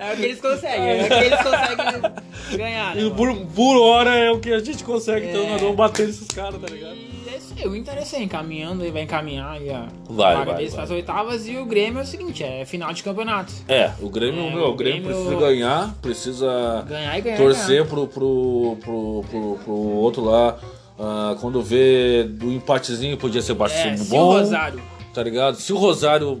Speaker 2: É o que eles conseguem. É o que eles
Speaker 1: *laughs*
Speaker 2: conseguem ganhar, né?
Speaker 1: E
Speaker 2: mano?
Speaker 1: por, por hora é o que a gente consegue, então
Speaker 2: É.
Speaker 1: nós vamos bater nesses caras, tá ligado?
Speaker 2: E é isso aí, o Inter é isso aí, encaminhando e vai encaminhar aí a
Speaker 1: Vai,
Speaker 2: vaga
Speaker 1: vai,
Speaker 2: deles
Speaker 1: vai.
Speaker 2: para as oitavas e o Grêmio é o seguinte, é final de campeonato.
Speaker 1: É, o Grêmio,
Speaker 2: É,
Speaker 1: meu, o Grêmio,
Speaker 2: o Grêmio-
Speaker 1: precisa ganhar, precisa
Speaker 2: Ganhar e ganhar,
Speaker 1: torcer
Speaker 2: ganhar.
Speaker 1: Pro, pro, pro, pro, pro outro lá. Ah, quando vê do empatezinho, podia ser bastante
Speaker 2: É, se
Speaker 1: bom.
Speaker 2: o Rosário
Speaker 1: Tá ligado? Se o Rosário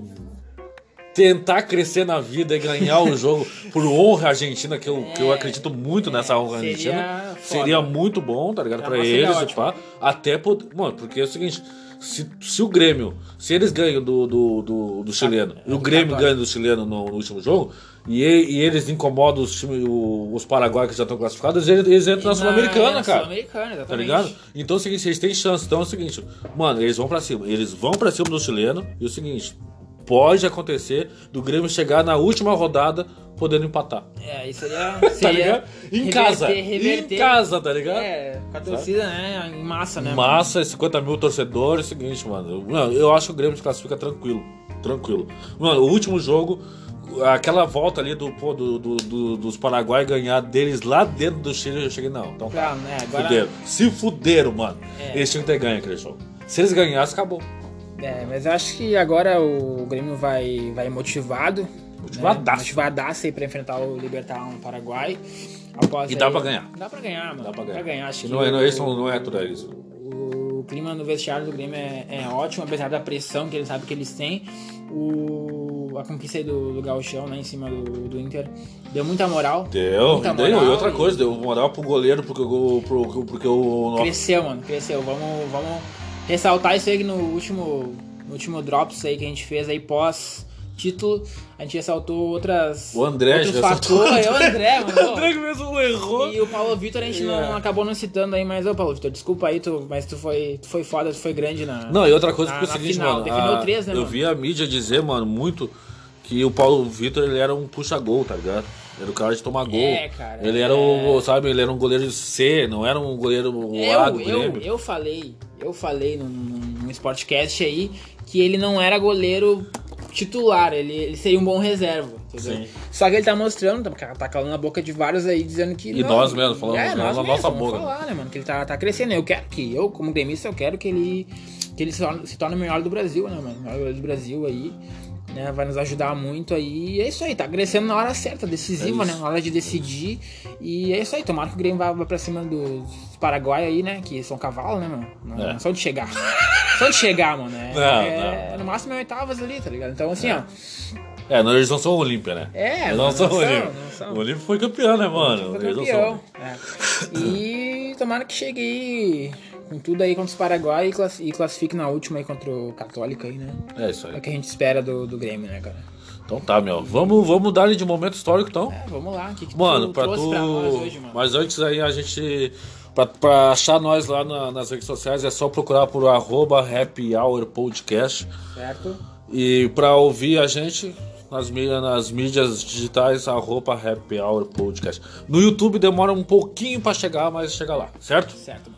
Speaker 1: tentar crescer na vida e ganhar o jogo por honra argentina, que eu, que eu
Speaker 2: É,
Speaker 1: acredito muito nessa honra
Speaker 2: seria
Speaker 1: argentina,
Speaker 2: foda. É
Speaker 1: seria muito bom, tá ligado?
Speaker 2: Pra
Speaker 1: Pra
Speaker 2: nós seria
Speaker 1: eles,
Speaker 2: ótimo.
Speaker 1: pá. Até pod... Mano, porque é o seguinte. Se, se o Grêmio, se eles ganham do, do, do,
Speaker 2: Tá,
Speaker 1: do chileno,
Speaker 2: é
Speaker 1: e o Grêmio
Speaker 2: Católica.
Speaker 1: ganha do chileno no, no último jogo, e, e- e eles incomodam os, time, o- os paraguaios que já estão classificados, eles, eles entram na
Speaker 2: é,
Speaker 1: Sul-Americana, cara.
Speaker 2: Sul-Americana, exatamente.
Speaker 1: Tá ligado? Então é o seguinte, eles têm chance. Então é o seguinte, mano, eles vão pra cima. Eles vão pra cima do chileno. E o seguinte, pode acontecer do Grêmio chegar na última rodada podendo empatar.
Speaker 2: É, aí
Speaker 1: *laughs*
Speaker 2: seria,
Speaker 1: Tá
Speaker 2: seria
Speaker 1: ligado? Em casa.
Speaker 2: reverter,
Speaker 1: Em casa, tá ligado?
Speaker 2: É, com a torcida, né, em massa, né? mano?
Speaker 1: Massa, 50 mil torcedores, é seguinte, mano. Eu- Mano, eu acho que o Grêmio se classifica tranquilo. Tranquilo. Mano, o último jogo, aquela volta ali do, pô, do- do- do- dos Paraguai ganhar deles lá dentro do Chile, eu cheguei, não. Então,
Speaker 2: Claro, né, agora-
Speaker 1: fuderam. Se fuderam, mano.
Speaker 2: É.
Speaker 1: Eles tinham que ter ganho aquele jogo. Se eles ganhassem, acabou.
Speaker 2: É, mas eu acho que agora o Grêmio vai, vai motivado.
Speaker 1: Motivadaço.
Speaker 2: Né? Motivadaço aí pra enfrentar o Libertar no Paraguai. Após
Speaker 1: E dá
Speaker 2: aí-
Speaker 1: pra ganhar.
Speaker 2: Dá pra ganhar, mano.
Speaker 1: Dá pra ganhar.
Speaker 2: Acho que
Speaker 1: não, é, não,
Speaker 2: o-
Speaker 1: eles não, não é tudo isso.
Speaker 2: O clima no vestiário do Grêmio é, é ótimo, apesar da pressão que eles sabem que eles têm. O, a conquista aí do, do Gauchão, né, em cima do, do Inter, deu muita moral.
Speaker 1: Deu,
Speaker 2: muita
Speaker 1: deu. E
Speaker 2: moral
Speaker 1: outra coisa, deu moral pro goleiro, porque, o- pro- porque o nosso
Speaker 2: Cresceu, mano, cresceu. Vamos, vamos ressaltar isso aí que no último, no último Drops aí que a gente fez aí pós título, a gente ressaltou outras
Speaker 1: O André
Speaker 2: outros
Speaker 1: já ressaltou.
Speaker 2: fatores, É o André,
Speaker 1: *laughs*
Speaker 2: mano.
Speaker 1: André que mesmo errou.
Speaker 2: E o Paulo Vitor a gente não acabou não citando aí, mas ô Paulo Vitor, desculpa aí, tu, mas tu foi, tu foi foda, tu foi grande na
Speaker 1: Não, e outra coisa
Speaker 2: na,
Speaker 1: que é o
Speaker 2: na
Speaker 1: seguinte,
Speaker 2: final,
Speaker 1: mano.
Speaker 2: defendeu
Speaker 1: a-
Speaker 2: três, né,
Speaker 1: eu
Speaker 2: mano?
Speaker 1: vi a mídia dizer, mano, muito que o Paulo Vitor ele era um puxa-gol, tá ligado? Era o cara de tomar gol.
Speaker 2: É, cara,
Speaker 1: ele era
Speaker 2: é.
Speaker 1: o, sabe, ele era um goleiro de C, não era um goleiro A do
Speaker 2: Eu, eu,
Speaker 1: Grêmio.
Speaker 2: eu falei, eu falei num, num num Sportcast aí que ele não era goleiro titular, ele, ele seria um bom reserva, entendeu?
Speaker 1: Sim.
Speaker 2: Só que ele tá mostrando, tá, tá calando a boca de vários aí, dizendo que.
Speaker 1: E nós mesmo, falamos
Speaker 2: é,
Speaker 1: na
Speaker 2: nós
Speaker 1: nossa
Speaker 2: mesmo, vamos
Speaker 1: boca.
Speaker 2: falar, né, mano? Que ele tá, tá crescendo. Eu quero que, eu, como gremista, eu quero que ele, que ele se torne, se torne o melhor do Brasil, né, mano? O melhor do Brasil aí. Né, vai nos ajudar muito aí. E É isso aí, tá crescendo na hora certa, decisiva,
Speaker 1: É
Speaker 2: né?
Speaker 1: isso.
Speaker 2: Na hora de decidir. E é isso aí, tomara que o Grêmio vá, vá pra cima dos Paraguai aí, né? Que são cavalo, né, mano? Não,
Speaker 1: É.
Speaker 2: não, Só de chegar. Só de chegar, mano. É,
Speaker 1: Não,
Speaker 2: é-
Speaker 1: não.
Speaker 2: no máximo é oitavas ali, tá ligado? Então, assim, ó.
Speaker 1: É, não, eles não são o Olímpia, né?
Speaker 2: É,
Speaker 1: eles
Speaker 2: mano,
Speaker 1: não são o
Speaker 2: não são,
Speaker 1: Olímpia.
Speaker 2: não são.
Speaker 1: O Olímpia foi campeão, né, mano?
Speaker 2: Foi
Speaker 1: Eles não
Speaker 2: campeão.
Speaker 1: são.
Speaker 2: É. E tomara que chegue aí com tudo aí contra os Paraguai e, classi- e classifique na última aí contra o Católica aí, né?
Speaker 1: É isso
Speaker 2: É o
Speaker 1: aí.
Speaker 2: que a gente espera do, do Grêmio, né, cara?
Speaker 1: Então tá, meu. Vamos, vamos dar de momento histórico, então.
Speaker 2: É, vamos lá. O que, que tu
Speaker 1: Mano, pra
Speaker 2: trouxe
Speaker 1: tu.
Speaker 2: pra nós hoje, mano?
Speaker 1: Mas antes aí a gente. Pra, pra achar nós lá na- nas redes sociais é só procurar por arroba happy hour podcast.
Speaker 2: Certo?
Speaker 1: E para ouvir a gente nas mídias, nas mídias digitais, arroba Happy Hour Podcast. No YouTube demora um pouquinho para chegar, mas chega lá, certo?
Speaker 2: Certo.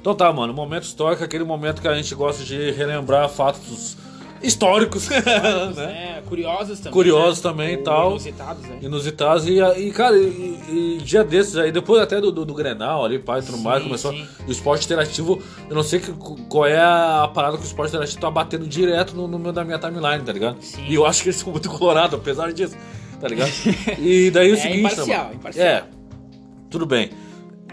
Speaker 1: Então tá, mano, momento histórico, aquele momento que a gente gosta de relembrar fatos históricos, *laughs* né?
Speaker 2: É, curiosos também.
Speaker 1: Curiosos também e
Speaker 2: Ou
Speaker 1: tal.
Speaker 2: Inusitados, né?
Speaker 1: Inusitados e, e cara, e, e dia desses aí, depois até do, do, do Grenal ali, pai, tudo mais,
Speaker 2: Sim,
Speaker 1: começou
Speaker 2: sim.
Speaker 1: o esporte interativo. Eu não sei que- qual é a parada que o esporte interativo tá batendo direto no, no meu da minha timeline, tá ligado?
Speaker 2: Sim.
Speaker 1: E eu acho que eles são muito colorados, apesar disso, tá
Speaker 2: *laughs*
Speaker 1: ligado? E daí o
Speaker 2: É
Speaker 1: seguinte.
Speaker 2: imparcial,
Speaker 1: mano,
Speaker 2: imparcial.
Speaker 1: É, tudo bem.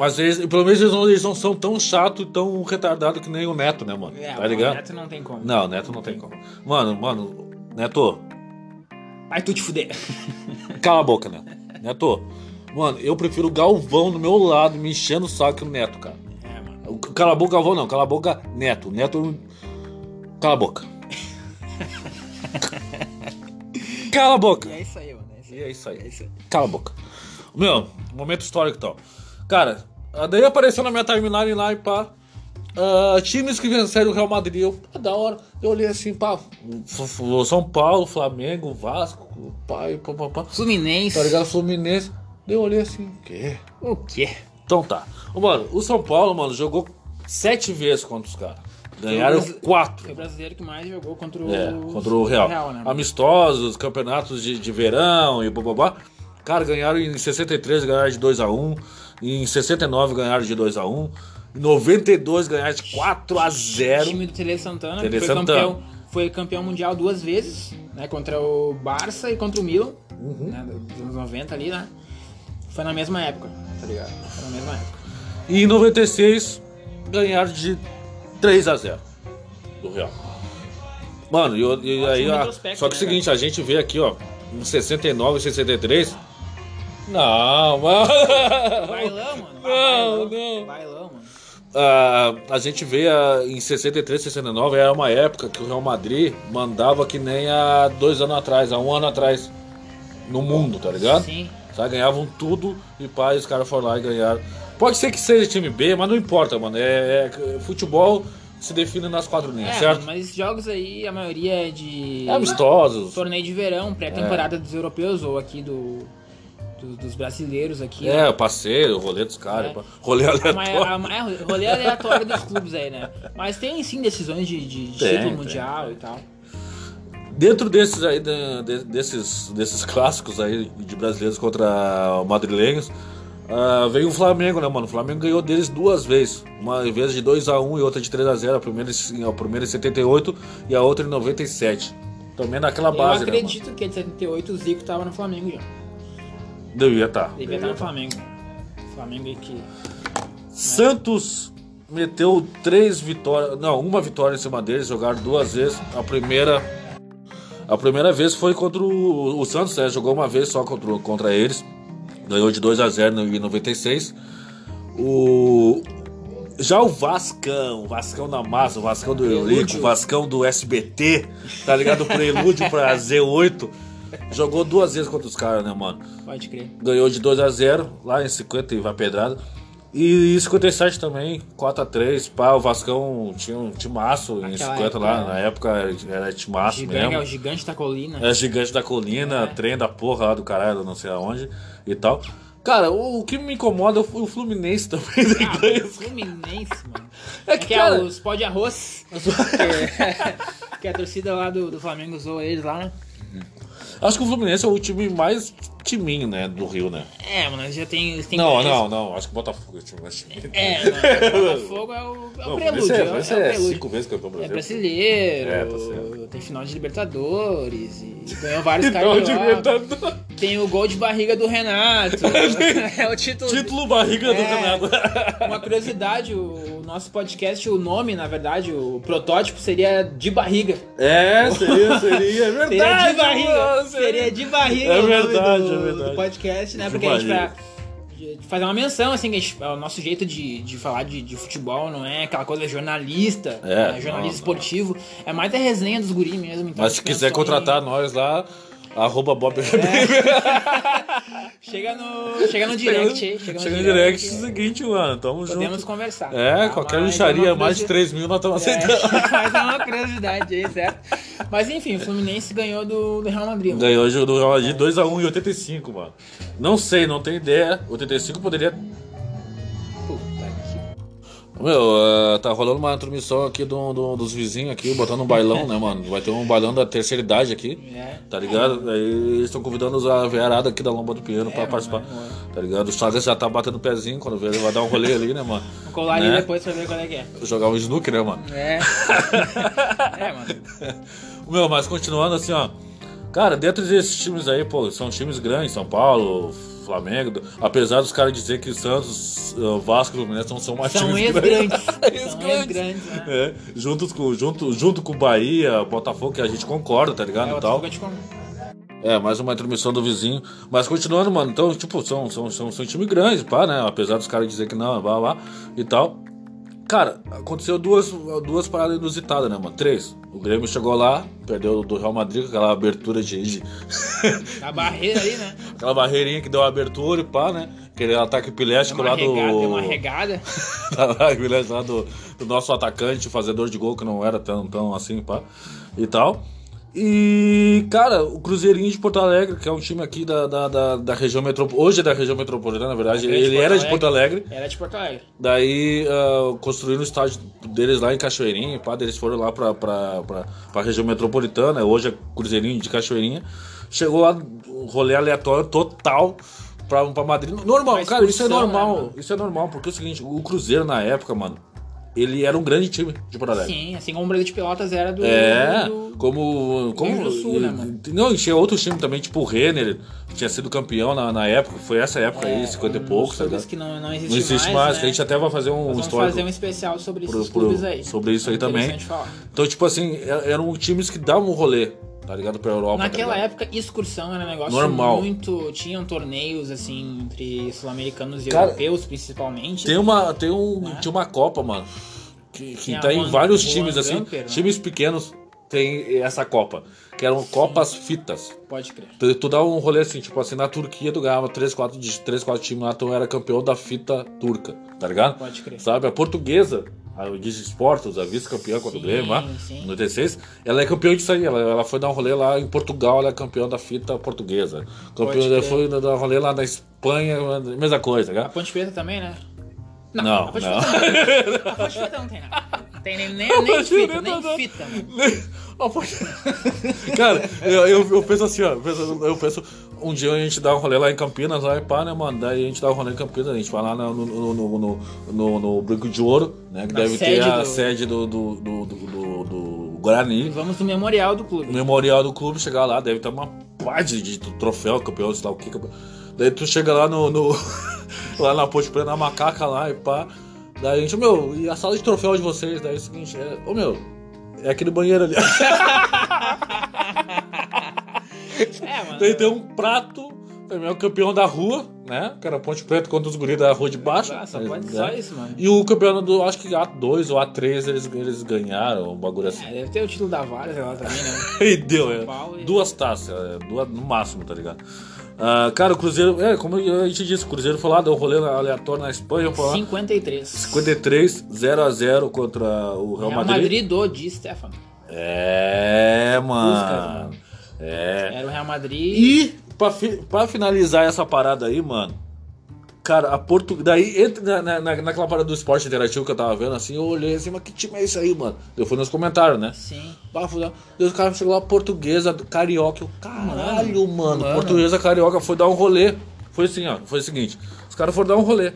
Speaker 1: Mas eles, pelo menos eles não, eles não são tão chato e tão retardado que nem o Neto, né, mano?
Speaker 2: É,
Speaker 1: tá ligado?
Speaker 2: O Neto não tem como.
Speaker 1: Não, Neto não tem como. Mano, mano, Neto,
Speaker 2: Vai tu te fuder. *laughs*
Speaker 1: Cala a boca, Neto. Neto, mano, eu prefiro o Galvão do meu lado me enchendo o saco que o Neto, cara.
Speaker 2: É, mano.
Speaker 1: O- Cala a boca, Galvão, não. Cala a boca, Neto. Neto. Cala a *laughs* boca. Cala a boca.
Speaker 2: E é isso aí, mano. É isso aí.
Speaker 1: E é isso
Speaker 2: É
Speaker 1: aí.
Speaker 2: isso aí.
Speaker 1: Cala a boca. Meu, momento histórico e tal. Cara, ah, daí apareceu na minha timeline lá e pá. ah, times que venceram o Real Madrid. Eu, pá, da hora. Eu olhei assim, pá. F- F- São Paulo, Flamengo, Vasco, pai, pá, pá, pá.
Speaker 2: Fluminense.
Speaker 1: Tá ligado? Fluminense. Daí eu olhei assim, o quê?
Speaker 2: O quê?
Speaker 1: Então tá. Ô, Mano, o São Paulo, mano, jogou sete vezes contra os caras. Ganharam
Speaker 2: Foi o Brasil- Foi o
Speaker 1: quatro.
Speaker 2: brasileiro que mais jogou contra o,
Speaker 1: É, contra o Real.
Speaker 2: né?
Speaker 1: Amistosos, campeonatos de, de verão e bababá. Cara, ganharam em 63, ganharam de 2x1. Em 69, ganharam de 2x1. Em 92, ganharam de 4x0.
Speaker 2: O time do Tele Santana,
Speaker 1: Tele
Speaker 2: que foi,
Speaker 1: Santana.
Speaker 2: Campeão, foi campeão mundial duas vezes, né? Contra o Barça e contra o Milan,
Speaker 1: Uhum.
Speaker 2: né, dos anos 90 ali, né? Foi na mesma época, tá ligado? Foi na mesma época.
Speaker 1: E em 96 ganharam de 3 a 0 do Real. Mano, e, eu- e
Speaker 2: Ótimo
Speaker 1: aí. ó,
Speaker 2: retrospecto,
Speaker 1: só que é o
Speaker 2: né,
Speaker 1: seguinte, a gente vê aqui, ó, um 69, 63. Não, *laughs* mano.
Speaker 2: Bailão, mano.
Speaker 1: Tá Não,
Speaker 2: bailão,
Speaker 1: não.
Speaker 2: Bailão, mano.
Speaker 1: Ah, a gente vê ah, em 63, 69, era uma época que o Real Madrid mandava que nem há dois anos atrás, há um ano atrás, no mundo, tá ligado?
Speaker 2: Sim.
Speaker 1: Sabe? Ganhavam tudo e pá, os caras foram lá e ganharam. Pode ser que seja time B, mas não importa, mano. É, é- futebol se define nas quatro linhas,
Speaker 2: É,
Speaker 1: Tá certo?
Speaker 2: mano, mas esses jogos aí, a maioria é de.
Speaker 1: É amistosos.
Speaker 2: Torneio de verão, pré-temporada dos europeus ou aqui do, do- dos brasileiros aqui. né?
Speaker 1: É, passeio, rolê dos caras.
Speaker 2: É.
Speaker 1: pá. Rolê
Speaker 2: Mas,
Speaker 1: aleatório.
Speaker 2: a- a- é, rolê aleatório dos clubes aí, né? Mas tem sim decisões de, de- de
Speaker 1: Tem,
Speaker 2: título
Speaker 1: tem.
Speaker 2: mundial e tal.
Speaker 1: Dentro desses aí, da- de- desses, desses clássicos aí de brasileiros contra madrilenhos, ah, veio o Flamengo, né, mano? O Flamengo ganhou deles duas vezes. Uma vez de 2x1 e outra de 3x0. A primeira, em- a primeira em 78 e a outra em 97. Também naquela base,
Speaker 2: Eu
Speaker 1: né? mano?
Speaker 2: acredito que em 78 o Zico tava no Flamengo já.
Speaker 1: Devia estar.
Speaker 2: Devia estar no Flamengo. Flamengo aí que.
Speaker 1: Santos meteu três vitórias, não, uma vitória em cima deles, jogaram duas vezes. A primeira a primeira vez foi contra o, o Santos, né? Jogou uma vez só contra, o- contra eles. Ganhou de 2 a 0 no- em 96. O já o Vascão, o Vascão da massa, o Vascão do Eurico,
Speaker 2: Prelúdio.
Speaker 1: o Vascão do SBT, tá ligado? O prelúdio pra Z8. Jogou duas vezes contra os caras, né, mano?
Speaker 2: Pode crer.
Speaker 1: ganhou de 2 a 0 lá em 50 e vai pedrada. E em 57 também, 4 a 3 pá, o Vascão tinha um timaço em
Speaker 2: Naquela
Speaker 1: 50
Speaker 2: época,
Speaker 1: lá,
Speaker 2: né?
Speaker 1: na época era- era timaço
Speaker 2: Gigante, é o
Speaker 1: mesmo.
Speaker 2: gigante da colina.
Speaker 1: É gigante da colina, trem da porra lá do caralho, não sei aonde e tal. Cara, o, o que me incomoda foi o Fluminense *laughs* também. né?
Speaker 2: Ah, mano, Fluminense, mano.
Speaker 1: É
Speaker 2: É
Speaker 1: que,
Speaker 2: que,
Speaker 1: cara-
Speaker 2: é os pó de *laughs* arroz. que, que a torcida lá do, do Flamengo usou eles lá, né?
Speaker 1: Acho que o Fluminense é o time mais timinho, né, do Rio, né?
Speaker 2: É, mano, eles já tem. Eles têm
Speaker 1: Não,
Speaker 2: eles-
Speaker 1: não, não, acho que o Botafogo é o time mais timinho.
Speaker 2: É, mano, o Botafogo é o, é o
Speaker 1: Não, o Fluminense
Speaker 2: prelúdio.
Speaker 1: é,
Speaker 2: É,
Speaker 1: o Fluminense
Speaker 2: é o
Speaker 1: é
Speaker 2: prelúdio.
Speaker 1: cinco vezes campeão
Speaker 2: É
Speaker 1: brasileiro.
Speaker 2: brasileiro,
Speaker 1: É, tá certo.
Speaker 2: tem final de Libertadores, e ganhou vários
Speaker 1: Então, de
Speaker 2: caras.
Speaker 1: verdade.
Speaker 2: Tem o gol de barriga do
Speaker 1: *laughs*
Speaker 2: Renato. é o título.
Speaker 1: Título barriga do
Speaker 2: É.
Speaker 1: Renato.
Speaker 2: Uma curiosidade, o nosso podcast, o nome, na verdade, o protótipo seria de barriga.
Speaker 1: É, seria, seria, é verdade.
Speaker 2: Seria de barriga.
Speaker 1: mano,
Speaker 2: seria de barriga
Speaker 1: É
Speaker 2: o nome
Speaker 1: verdade,
Speaker 2: do,
Speaker 1: é verdade.
Speaker 2: do podcast, né?
Speaker 1: De
Speaker 2: Porque a gente
Speaker 1: barriga.
Speaker 2: pra de fazer uma menção, assim, que a gente- o nosso jeito de, de falar de, de futebol não é aquela coisa jornalista,
Speaker 1: É,
Speaker 2: né? jornalista
Speaker 1: não, não.
Speaker 2: esportivo. É mais a resenha dos guri mesmo. Então
Speaker 1: Mas
Speaker 2: a
Speaker 1: se
Speaker 2: gente
Speaker 1: quiser
Speaker 2: pensou em-
Speaker 1: contratar nós lá, arroba Bob
Speaker 2: É, Chega no, chega no direct aí. Chega no,
Speaker 1: direct, é o
Speaker 2: direct.
Speaker 1: seguinte, mano, tamo
Speaker 2: Podemos
Speaker 1: junto.
Speaker 2: conversar.
Speaker 1: É,
Speaker 2: Tá?
Speaker 1: qualquer
Speaker 2: Mas
Speaker 1: lixaria,
Speaker 2: uma É.
Speaker 1: mais de
Speaker 2: curiosi- *laughs*
Speaker 1: 3 mil nós estamos aceitando.
Speaker 2: É, mas é uma curiosidade aí, certo? Mas enfim, o Fluminense ganhou do, do Real Madrid. mano.
Speaker 1: Ganhou o jogo do Real Madrid 2x1 em 85, mano. Não sei, não tenho ideia. 85 poderia.
Speaker 2: Puta
Speaker 1: Meu, ah, tá rolando uma transmissão aqui do, do- dos vizinhos aqui, botando um bailão, né, mano? Vai ter um bailão da terceira idade aqui.
Speaker 2: que. É.
Speaker 1: Tá ligado? Aí eles estão convidando os veiarada aqui da Lomba do Pinheiro pra
Speaker 2: mano,
Speaker 1: participar.
Speaker 2: é, mano.
Speaker 1: Tá ligado? O Chagas já tá batendo pezinho quando vê, ele vai dar um rolê ali, né, mano?
Speaker 2: Vou colar ali
Speaker 1: Né?
Speaker 2: depois pra ver qual é que é.
Speaker 1: Jogar um snook, né, mano?
Speaker 2: É. *laughs* é, mano.
Speaker 1: Meu, mas continuando assim, ó. Cara, dentro desses times aí, pô, são times grandes, São Paulo, Flamengo. do- Apesar dos caras dizer que Santos, eh, Vasco e Fluminense não são mais
Speaker 2: São
Speaker 1: times
Speaker 2: ex-grandes. São
Speaker 1: *laughs* Ex-grandes.
Speaker 2: ex-grandes, né?
Speaker 1: É, juntos com, junto, junto com Bahia, Botafogo, que a gente concorda, tá ligado? e
Speaker 2: outra
Speaker 1: tal.
Speaker 2: boca de como.
Speaker 1: É, mais uma intromissão do vizinho. Mas continuando, mano, então, tipo, são, são, são, são time grande, pá, né? Apesar dos caras dizer que não, blá, blá, blá, e tal. Cara, aconteceu duas, duas paradas inusitadas, né, mano? Três. O Grêmio chegou lá, perdeu do Real Madrid com aquela abertura de. de- *laughs*
Speaker 2: A barreira ali, né?
Speaker 1: aquela barreirinha que deu a abertura e pá, né? Aquele ataque
Speaker 2: Deu
Speaker 1: epilético
Speaker 2: uma
Speaker 1: lá do.
Speaker 2: regada, deu uma regada.
Speaker 1: *laughs* Caraca, beleza, Tá lá do, do nosso atacante, o fazedor de gol, que não era tão, tão assim, pá, e tal. E, cara, o Cruzeirinho de Porto Alegre, que é um time aqui da, da, da, da região metropolitana, hoje é da região metropolitana, na verdade,
Speaker 2: Grande
Speaker 1: ele era de Porto Alegre,
Speaker 2: Era tipo, de Porto Alegre.
Speaker 1: daí ah, construíram o estádio deles lá em Cachoeirinha, pá, eles foram lá pra, pra, pra, pra região metropolitana, hoje é Cruzeirinho de Cachoeirinha. Chegou lá, um rolê aleatório total pra, pra Madrid. Normal,
Speaker 2: Uma
Speaker 1: cara, isso é
Speaker 2: excursão, né,
Speaker 1: normal.
Speaker 2: mano?
Speaker 1: Isso é normal, porque é o seguinte, o Cruzeiro na época, mano, ele era um grande time de Porto Alegre.
Speaker 2: Sim, assim como o Brasil de Pelotas era do.
Speaker 1: É,
Speaker 2: do-
Speaker 1: como. como
Speaker 2: do Sul,
Speaker 1: e-
Speaker 2: né, mano?
Speaker 1: Não, e tinha outro time também, tipo o Renner, que tinha sido campeão na, na época, foi essa época aí, 50 e
Speaker 2: um
Speaker 1: poucos,
Speaker 2: dos
Speaker 1: tá
Speaker 2: clubes
Speaker 1: ligado?
Speaker 2: que não, não existe,
Speaker 1: Não existe mais,
Speaker 2: né?
Speaker 1: que a gente até vai fazer um
Speaker 2: Vamos
Speaker 1: histórico.
Speaker 2: fazer um especial sobre esses
Speaker 1: pro- pro-
Speaker 2: clubes aí.
Speaker 1: sobre isso aí também.
Speaker 2: Interessante falar.
Speaker 1: Então, tipo assim, é- eram times que davam rolê, tá ligado? Pra Europa.
Speaker 2: Naquela
Speaker 1: tá ligado?
Speaker 2: época, excursão era um negócio
Speaker 1: Normal.
Speaker 2: muito. Tinham torneios, assim, entre sul-americanos e
Speaker 1: Cara,
Speaker 2: europeus, principalmente.
Speaker 1: Tem uma, tem um,
Speaker 2: Né?
Speaker 1: tinha uma Copa, mano, que, que
Speaker 2: Tinha
Speaker 1: tá
Speaker 2: Juan-
Speaker 1: em vários
Speaker 2: Juan
Speaker 1: times, assim,
Speaker 2: Gamper, né?
Speaker 1: times pequenos tem essa Copa, que eram Copas Fitas.
Speaker 2: Pode crer.
Speaker 1: Tu, tu dá um rolê assim, tipo assim, na Turquia tu ganhava 3, 4, de- três, quatro times lá, tu era campeão da fita turca, tá ligado?
Speaker 2: Pode crer.
Speaker 1: Sabe, a portuguesa, a Digi Sportos, a vice-campeã contra o
Speaker 2: Sim,
Speaker 1: Grêmio lá,
Speaker 2: sim.
Speaker 1: no 86, ela é campeã disso aí, ela, ela foi dar um rolê lá em Portugal, ela é campeã da fita portuguesa.
Speaker 2: Pode
Speaker 1: Campeã,
Speaker 2: crer.
Speaker 1: ela foi dar um rolê lá na Espanha, mesma coisa, tá
Speaker 2: A
Speaker 1: ligado?
Speaker 2: Ponte Preta também, né?
Speaker 1: Não,
Speaker 2: a Ponte
Speaker 1: não.
Speaker 2: Preta não. A Ponte Preta não tem nada. Não Tem nem, nem, nem
Speaker 1: Ponte
Speaker 2: fita,
Speaker 1: Preta
Speaker 2: nem
Speaker 1: não.
Speaker 2: fita, mano.
Speaker 1: *laughs* Ó, pô, Cara, eu, eu, eu penso assim, ó. Eu penso, eu penso, um dia a gente dá um rolê lá em Campinas, lá e pá, né, mano? Daí a gente dá um rolê em Campinas, a gente vai lá no, no, no, no, no- no- no Brinco de Ouro, né? Que
Speaker 2: Na
Speaker 1: deve ter
Speaker 2: sede
Speaker 1: a
Speaker 2: do-
Speaker 1: sede do, do, do, do, do- do
Speaker 2: E
Speaker 1: Guarani.
Speaker 2: vamos no memorial do clube.
Speaker 1: O memorial do clube, chegar lá, deve estar uma pá de, de troféu, campeão, sei lá o que. Daí tu chega lá no. no- *laughs* lá na Ponte Preta, na macaca lá e pá. Daí a gente, meu, e a sala de troféu de vocês? Daí é o seguinte, é, ô meu, é aquele banheiro ali. *laughs*
Speaker 2: É, mano.
Speaker 1: Daí tem um prato, também é o campeão da rua, né? Que era Ponte Preta contra os guris da rua de baixo.
Speaker 2: Ah, só
Speaker 1: né?
Speaker 2: pode só isso, mano.
Speaker 1: E o campeão do, acho que A2 ou A3 eles, eles ganharam, um bagulho assim.
Speaker 2: É, deve ter o título da Vara, sei lá,
Speaker 1: *laughs*
Speaker 2: também, né?
Speaker 1: E deu, é.
Speaker 2: Paulo e-
Speaker 1: Duas taças, é, duas no máximo, tá ligado? Ah, cara, o Cruzeiro, é, como a gente disse, o Cruzeiro foi lá, deu um rolê aleatório na Espanha, foi lá.
Speaker 2: 53.
Speaker 1: 53, 0x0 contra o Real,
Speaker 2: É o Madrid do Di Stefano.
Speaker 1: É,
Speaker 2: Busca,
Speaker 1: mano. É.
Speaker 2: Era o Real Madrid.
Speaker 1: E pra, fi- pra finalizar essa parada aí, mano. Cara, a Porto. Daí, entra na, na, naquela parada do esporte interativo que eu tava vendo, assim, eu olhei assim, mas que time é isso aí, mano? Eu fui nos comentários, né?
Speaker 2: Sim.
Speaker 1: Bah, fui lá, Daí os caras chegou lá, portuguesa, carioca. Eu, caralho, mano,
Speaker 2: mano.
Speaker 1: Portuguesa, carioca, foi dar um rolê. Foi assim, ó. Foi o seguinte: os caras foram dar um rolê.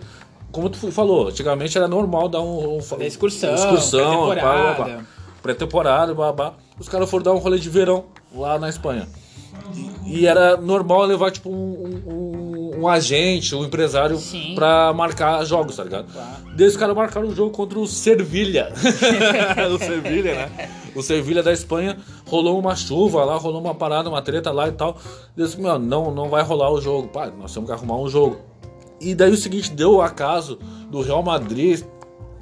Speaker 1: Como tu falou, antigamente era normal dar um. um
Speaker 2: Da excursão,
Speaker 1: Excursão, pá, pá, pá.
Speaker 2: pré-temporada.
Speaker 1: pré-temporada, babá. Os caras foram dar um rolê de verão lá na Espanha. E, e era normal levar, tipo, um, um- um agente, um empresário
Speaker 2: Sim.
Speaker 1: pra marcar jogos, tá ligado?
Speaker 2: Claro.
Speaker 1: Daí os caras marcaram um jogo contra o Servilha.
Speaker 2: *laughs*
Speaker 1: o Servilha, né? O Servilha da Espanha rolou uma chuva lá, rolou uma parada, uma treta lá e tal. Daí Disse, meu, não, não vai rolar o jogo. Pá, nós temos que arrumar um jogo. E daí o seguinte, deu o acaso do Real Madrid,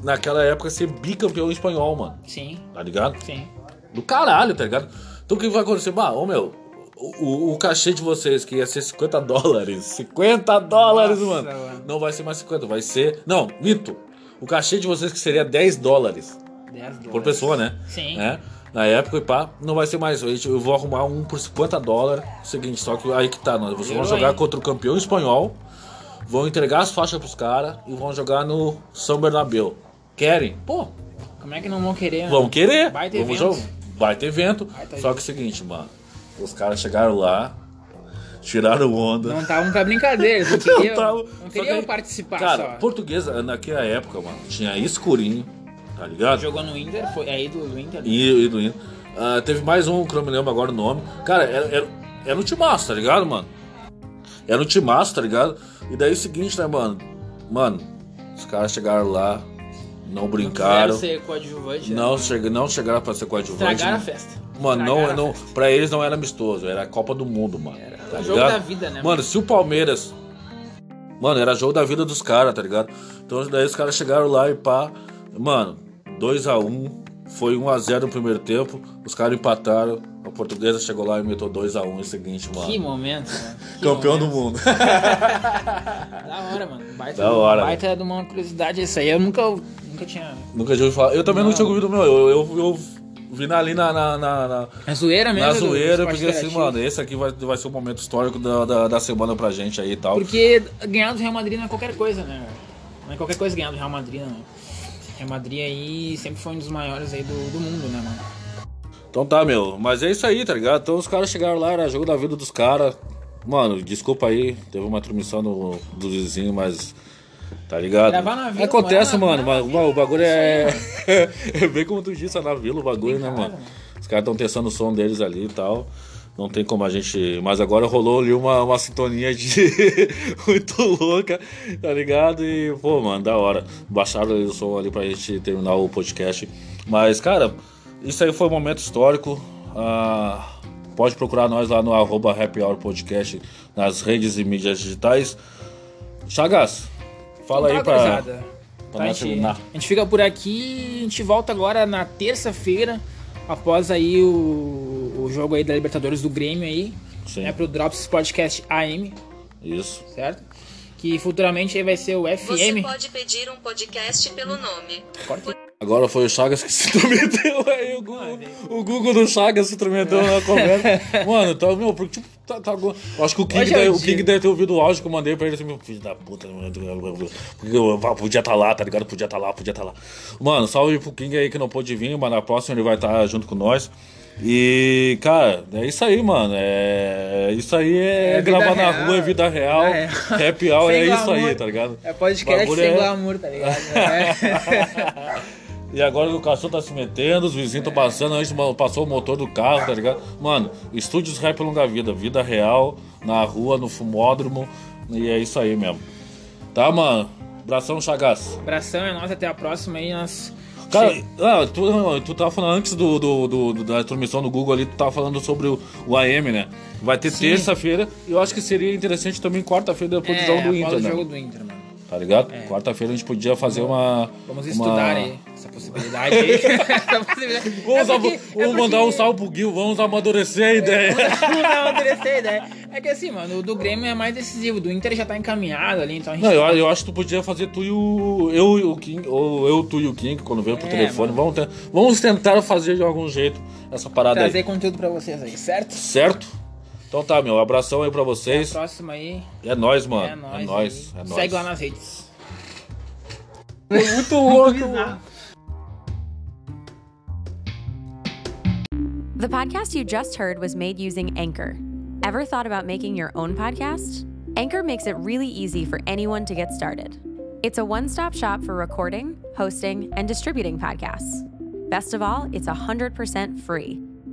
Speaker 1: naquela época, ser bicampeão espanhol, mano.
Speaker 2: Sim,
Speaker 1: Tá ligado?
Speaker 2: sim.
Speaker 1: do caralho, tá ligado? Então o que vai acontecer? Bah, ô meu, o, o- o cachê de vocês que ia ser 50 dólares, *laughs* 50 dólares,
Speaker 2: Nossa,
Speaker 1: mano.
Speaker 2: mano.
Speaker 1: Não vai ser mais 50, vai ser. Não, mito. O cachê de vocês que seria 10 dólares
Speaker 2: 10 dólares.
Speaker 1: por pessoa, né?
Speaker 2: Sim.
Speaker 1: É. na época e pá, não vai ser mais. Eu, eu vou arrumar um por 50 dólares. Seguinte, só que aí que tá, nós vocês vão
Speaker 2: Virou,
Speaker 1: jogar
Speaker 2: hein?
Speaker 1: contra o campeão espanhol, vão entregar as faixas pros caras e vão jogar no São Bernabéu. Querem? Pô,
Speaker 2: Como é que não vão querer? né?
Speaker 1: vão querer.
Speaker 2: Baita
Speaker 1: Vamos
Speaker 2: evento.
Speaker 1: jogar. Vai ter evento.
Speaker 2: Baita
Speaker 1: Só que é o seguinte, mano, os caras chegaram lá, tiraram onda.
Speaker 2: Não estavam com a brincadeira,
Speaker 1: *laughs*
Speaker 2: eles não queriam,
Speaker 1: tava- tá
Speaker 2: não
Speaker 1: um- só
Speaker 2: queriam
Speaker 1: que aí-
Speaker 2: participar
Speaker 1: Cara,
Speaker 2: só.
Speaker 1: português naquela época, mano, tinha escurinho, tá ligado?
Speaker 2: Jogou no Inter, foi aí do, do Inter. né?
Speaker 1: E, e do Inter. Ah, teve mais um que eu não me lembro agora o nome. Cara, era, era, era um timaço, tá ligado, mano? Era um timaço, tá ligado? E daí o seguinte, né, mano? Mano, os caras chegaram lá, não brincaram.
Speaker 2: Quiseram ser coadjuvante, né?
Speaker 1: Não, chega, não chegaram pra ser coadjuvante.
Speaker 2: Estragaram a
Speaker 1: Né?
Speaker 2: festa.
Speaker 1: Mano, não,
Speaker 2: Estragaram a
Speaker 1: não,
Speaker 2: festa.
Speaker 1: pra eles não era amistoso, era a Copa do Mundo, mano. Era
Speaker 2: o jogo da vida, né,
Speaker 1: Mano, se o Palmeiras. Mano, era jogo da vida dos caras, tá ligado? Então daí os caras chegaram lá e pá. Mano, 2x1, foi 1x0 no primeiro tempo, os caras empataram, a portuguesa chegou lá e meteu 2x1 é o seguinte, mano.
Speaker 2: Que momento, mano.
Speaker 1: *laughs*
Speaker 2: Que é
Speaker 1: Campeão
Speaker 2: momento.
Speaker 1: do mundo.
Speaker 2: Da hora, mano. Baita,
Speaker 1: Da hora,
Speaker 2: Baita de uma curiosidade isso aí. Eu nunca, nunca tinha...
Speaker 1: *laughs* nunca tinha ouvido falar. Eu também não,
Speaker 2: Não.
Speaker 1: tinha ouvido, meu. Eu, eu, eu vi na- ali na- na- na- na,
Speaker 2: É zoeira mesmo.
Speaker 1: Na
Speaker 2: do- do
Speaker 1: zoeira,
Speaker 2: esporte
Speaker 1: porque assim,
Speaker 2: interativo.
Speaker 1: mano, esse aqui vai, vai ser um momento histórico da, da, da semana pra gente aí e tal.
Speaker 2: Porque ganhar do Real Madrid não é qualquer coisa, né? Não é qualquer coisa ganhar do Real Madrid, né? Real Madrid aí sempre foi um dos maiores aí do, do mundo, né, mano?
Speaker 1: Então tá, meu. Mas é isso aí, tá ligado? Então os caras chegaram lá, era jogo da vida dos caras. Mano, desculpa aí, teve uma transmissão do, do vizinho, mas. Tá ligado?
Speaker 2: Gravar na vila,
Speaker 1: Acontece,
Speaker 2: morar na-
Speaker 1: mano. mas, mano, o bagulho
Speaker 2: É
Speaker 1: é. *laughs* é bem como tu disse, é na vila o bagulho, né, mano? Os caras estão testando o som deles ali e tal. Não tem como a gente. Mas agora rolou ali uma, uma sintonia de. *laughs* muito louca, tá ligado? E, pô, mano, da hora. Baixaram ali o som ali pra gente terminar o podcast. Mas, cara, isso aí foi um momento histórico. Ah, pode procurar nós lá no arroba Happy Hour Podcast nas redes e mídias digitais. Chagas, fala aí
Speaker 2: Então tá,
Speaker 1: pra.
Speaker 2: gurizada.
Speaker 1: pra
Speaker 2: Tá,
Speaker 1: nós
Speaker 2: gente,
Speaker 1: terminar.
Speaker 2: A gente fica por aqui, a gente volta agora na terça-feira, após aí o, o jogo aí da Libertadores do Grêmio aí,
Speaker 1: Sim.
Speaker 2: né, pro Drops Podcast AM,
Speaker 1: Isso.
Speaker 2: certo? Que futuramente aí vai ser o
Speaker 3: Você
Speaker 2: FM.
Speaker 3: pode pedir um podcast pelo nome.
Speaker 2: Corta.
Speaker 1: Agora foi o Chagas que se intrometeu *laughs* aí, o Google, o Google do Chagas se intrometeu na
Speaker 2: *laughs*
Speaker 1: conversa. Mano, tá, meu, porque tipo, tá, tá go- eu acho que o King,
Speaker 2: Hoje é
Speaker 1: deve,
Speaker 2: o
Speaker 1: o King
Speaker 2: dia.
Speaker 1: deve ter ouvido o áudio que eu mandei pra ele assim, meu filho da puta, mano, porque eu- ah, podia estar lá, tá ligado? Podia estar lá, podia estar lá. Mano, salve pro King aí que não pôde vir, mas na próxima ele vai estar junto com nós. E, cara, é isso aí, mano. É, isso aí é,
Speaker 2: É vida
Speaker 1: gravar na
Speaker 2: real.
Speaker 1: rua, é vida real.
Speaker 2: É.
Speaker 1: Happy hour,
Speaker 2: Sem
Speaker 1: é isso
Speaker 2: glamour.
Speaker 1: aí, tá ligado?
Speaker 2: É podcast
Speaker 1: Bagulho
Speaker 2: sem
Speaker 1: é-
Speaker 2: glamour,
Speaker 1: *laughs*
Speaker 2: tá ligado? É.
Speaker 1: E agora o cachorro tá se metendo, os vizinhos estão passando, antes mano, passou o motor do carro, tá ligado? Mano, estúdios rap longa vida, vida real, na rua, no fumódromo, e é isso aí mesmo. Tá, mano? Abração, Chagas.
Speaker 2: Abração é nosso, até a próxima aí, nós...
Speaker 1: Cara, ah, tu, ah, tu tava falando antes do, do- do- do- da transmissão do Google ali, tu tava falando sobre o, o AM, né? Vai ter terça-feira, e eu acho que seria interessante também quarta-feira depois do jogo do
Speaker 2: É,
Speaker 1: Inter,
Speaker 2: após o
Speaker 1: né?
Speaker 2: jogo do Inter, mano.
Speaker 1: Tá ligado? Quarta-feira a gente podia fazer uma.
Speaker 2: Vamos
Speaker 1: uma-
Speaker 2: estudar aí essa
Speaker 1: *laughs*
Speaker 2: possibilidade aí. essa possibilidade.
Speaker 1: Vamos,
Speaker 2: É
Speaker 1: a-
Speaker 2: porque- é
Speaker 1: vamos mandar um
Speaker 2: porque- É.
Speaker 1: salve pro Gil, vamos amadurecer a ideia.
Speaker 2: *laughs* não, interessei a ideia. É que assim, mano, o do Grêmio é mais decisivo, do Inter já tá encaminhado ali, então a
Speaker 1: *laughs*
Speaker 2: gente.
Speaker 1: Não, eu, eu acho que tu podia fazer tu e o. Eu e o King, ou eu, tu e o King, quando veio pro
Speaker 2: É,
Speaker 1: telefone. Vamos, te- vamos tentar fazer de algum jeito essa parada
Speaker 2: trazer
Speaker 1: aí.
Speaker 2: conteúdo pra vocês aí, certo?
Speaker 1: Certo? Então tá, meu. Abração aí pra vocês.
Speaker 2: Próximo aí.
Speaker 1: É nóis, mano.
Speaker 2: é nóis.
Speaker 1: nóis.
Speaker 2: aí.
Speaker 1: É
Speaker 2: Segue lá
Speaker 1: nóis.
Speaker 2: nas redes.
Speaker 1: Foi muito louco, mano.
Speaker 4: The podcast you just heard was made using Anchor. Ever thought about making your own podcast? Anchor makes it really easy for anyone to get started. It's a one stop shop for recording, hosting, and distributing podcasts. Best of all, it's 100% free.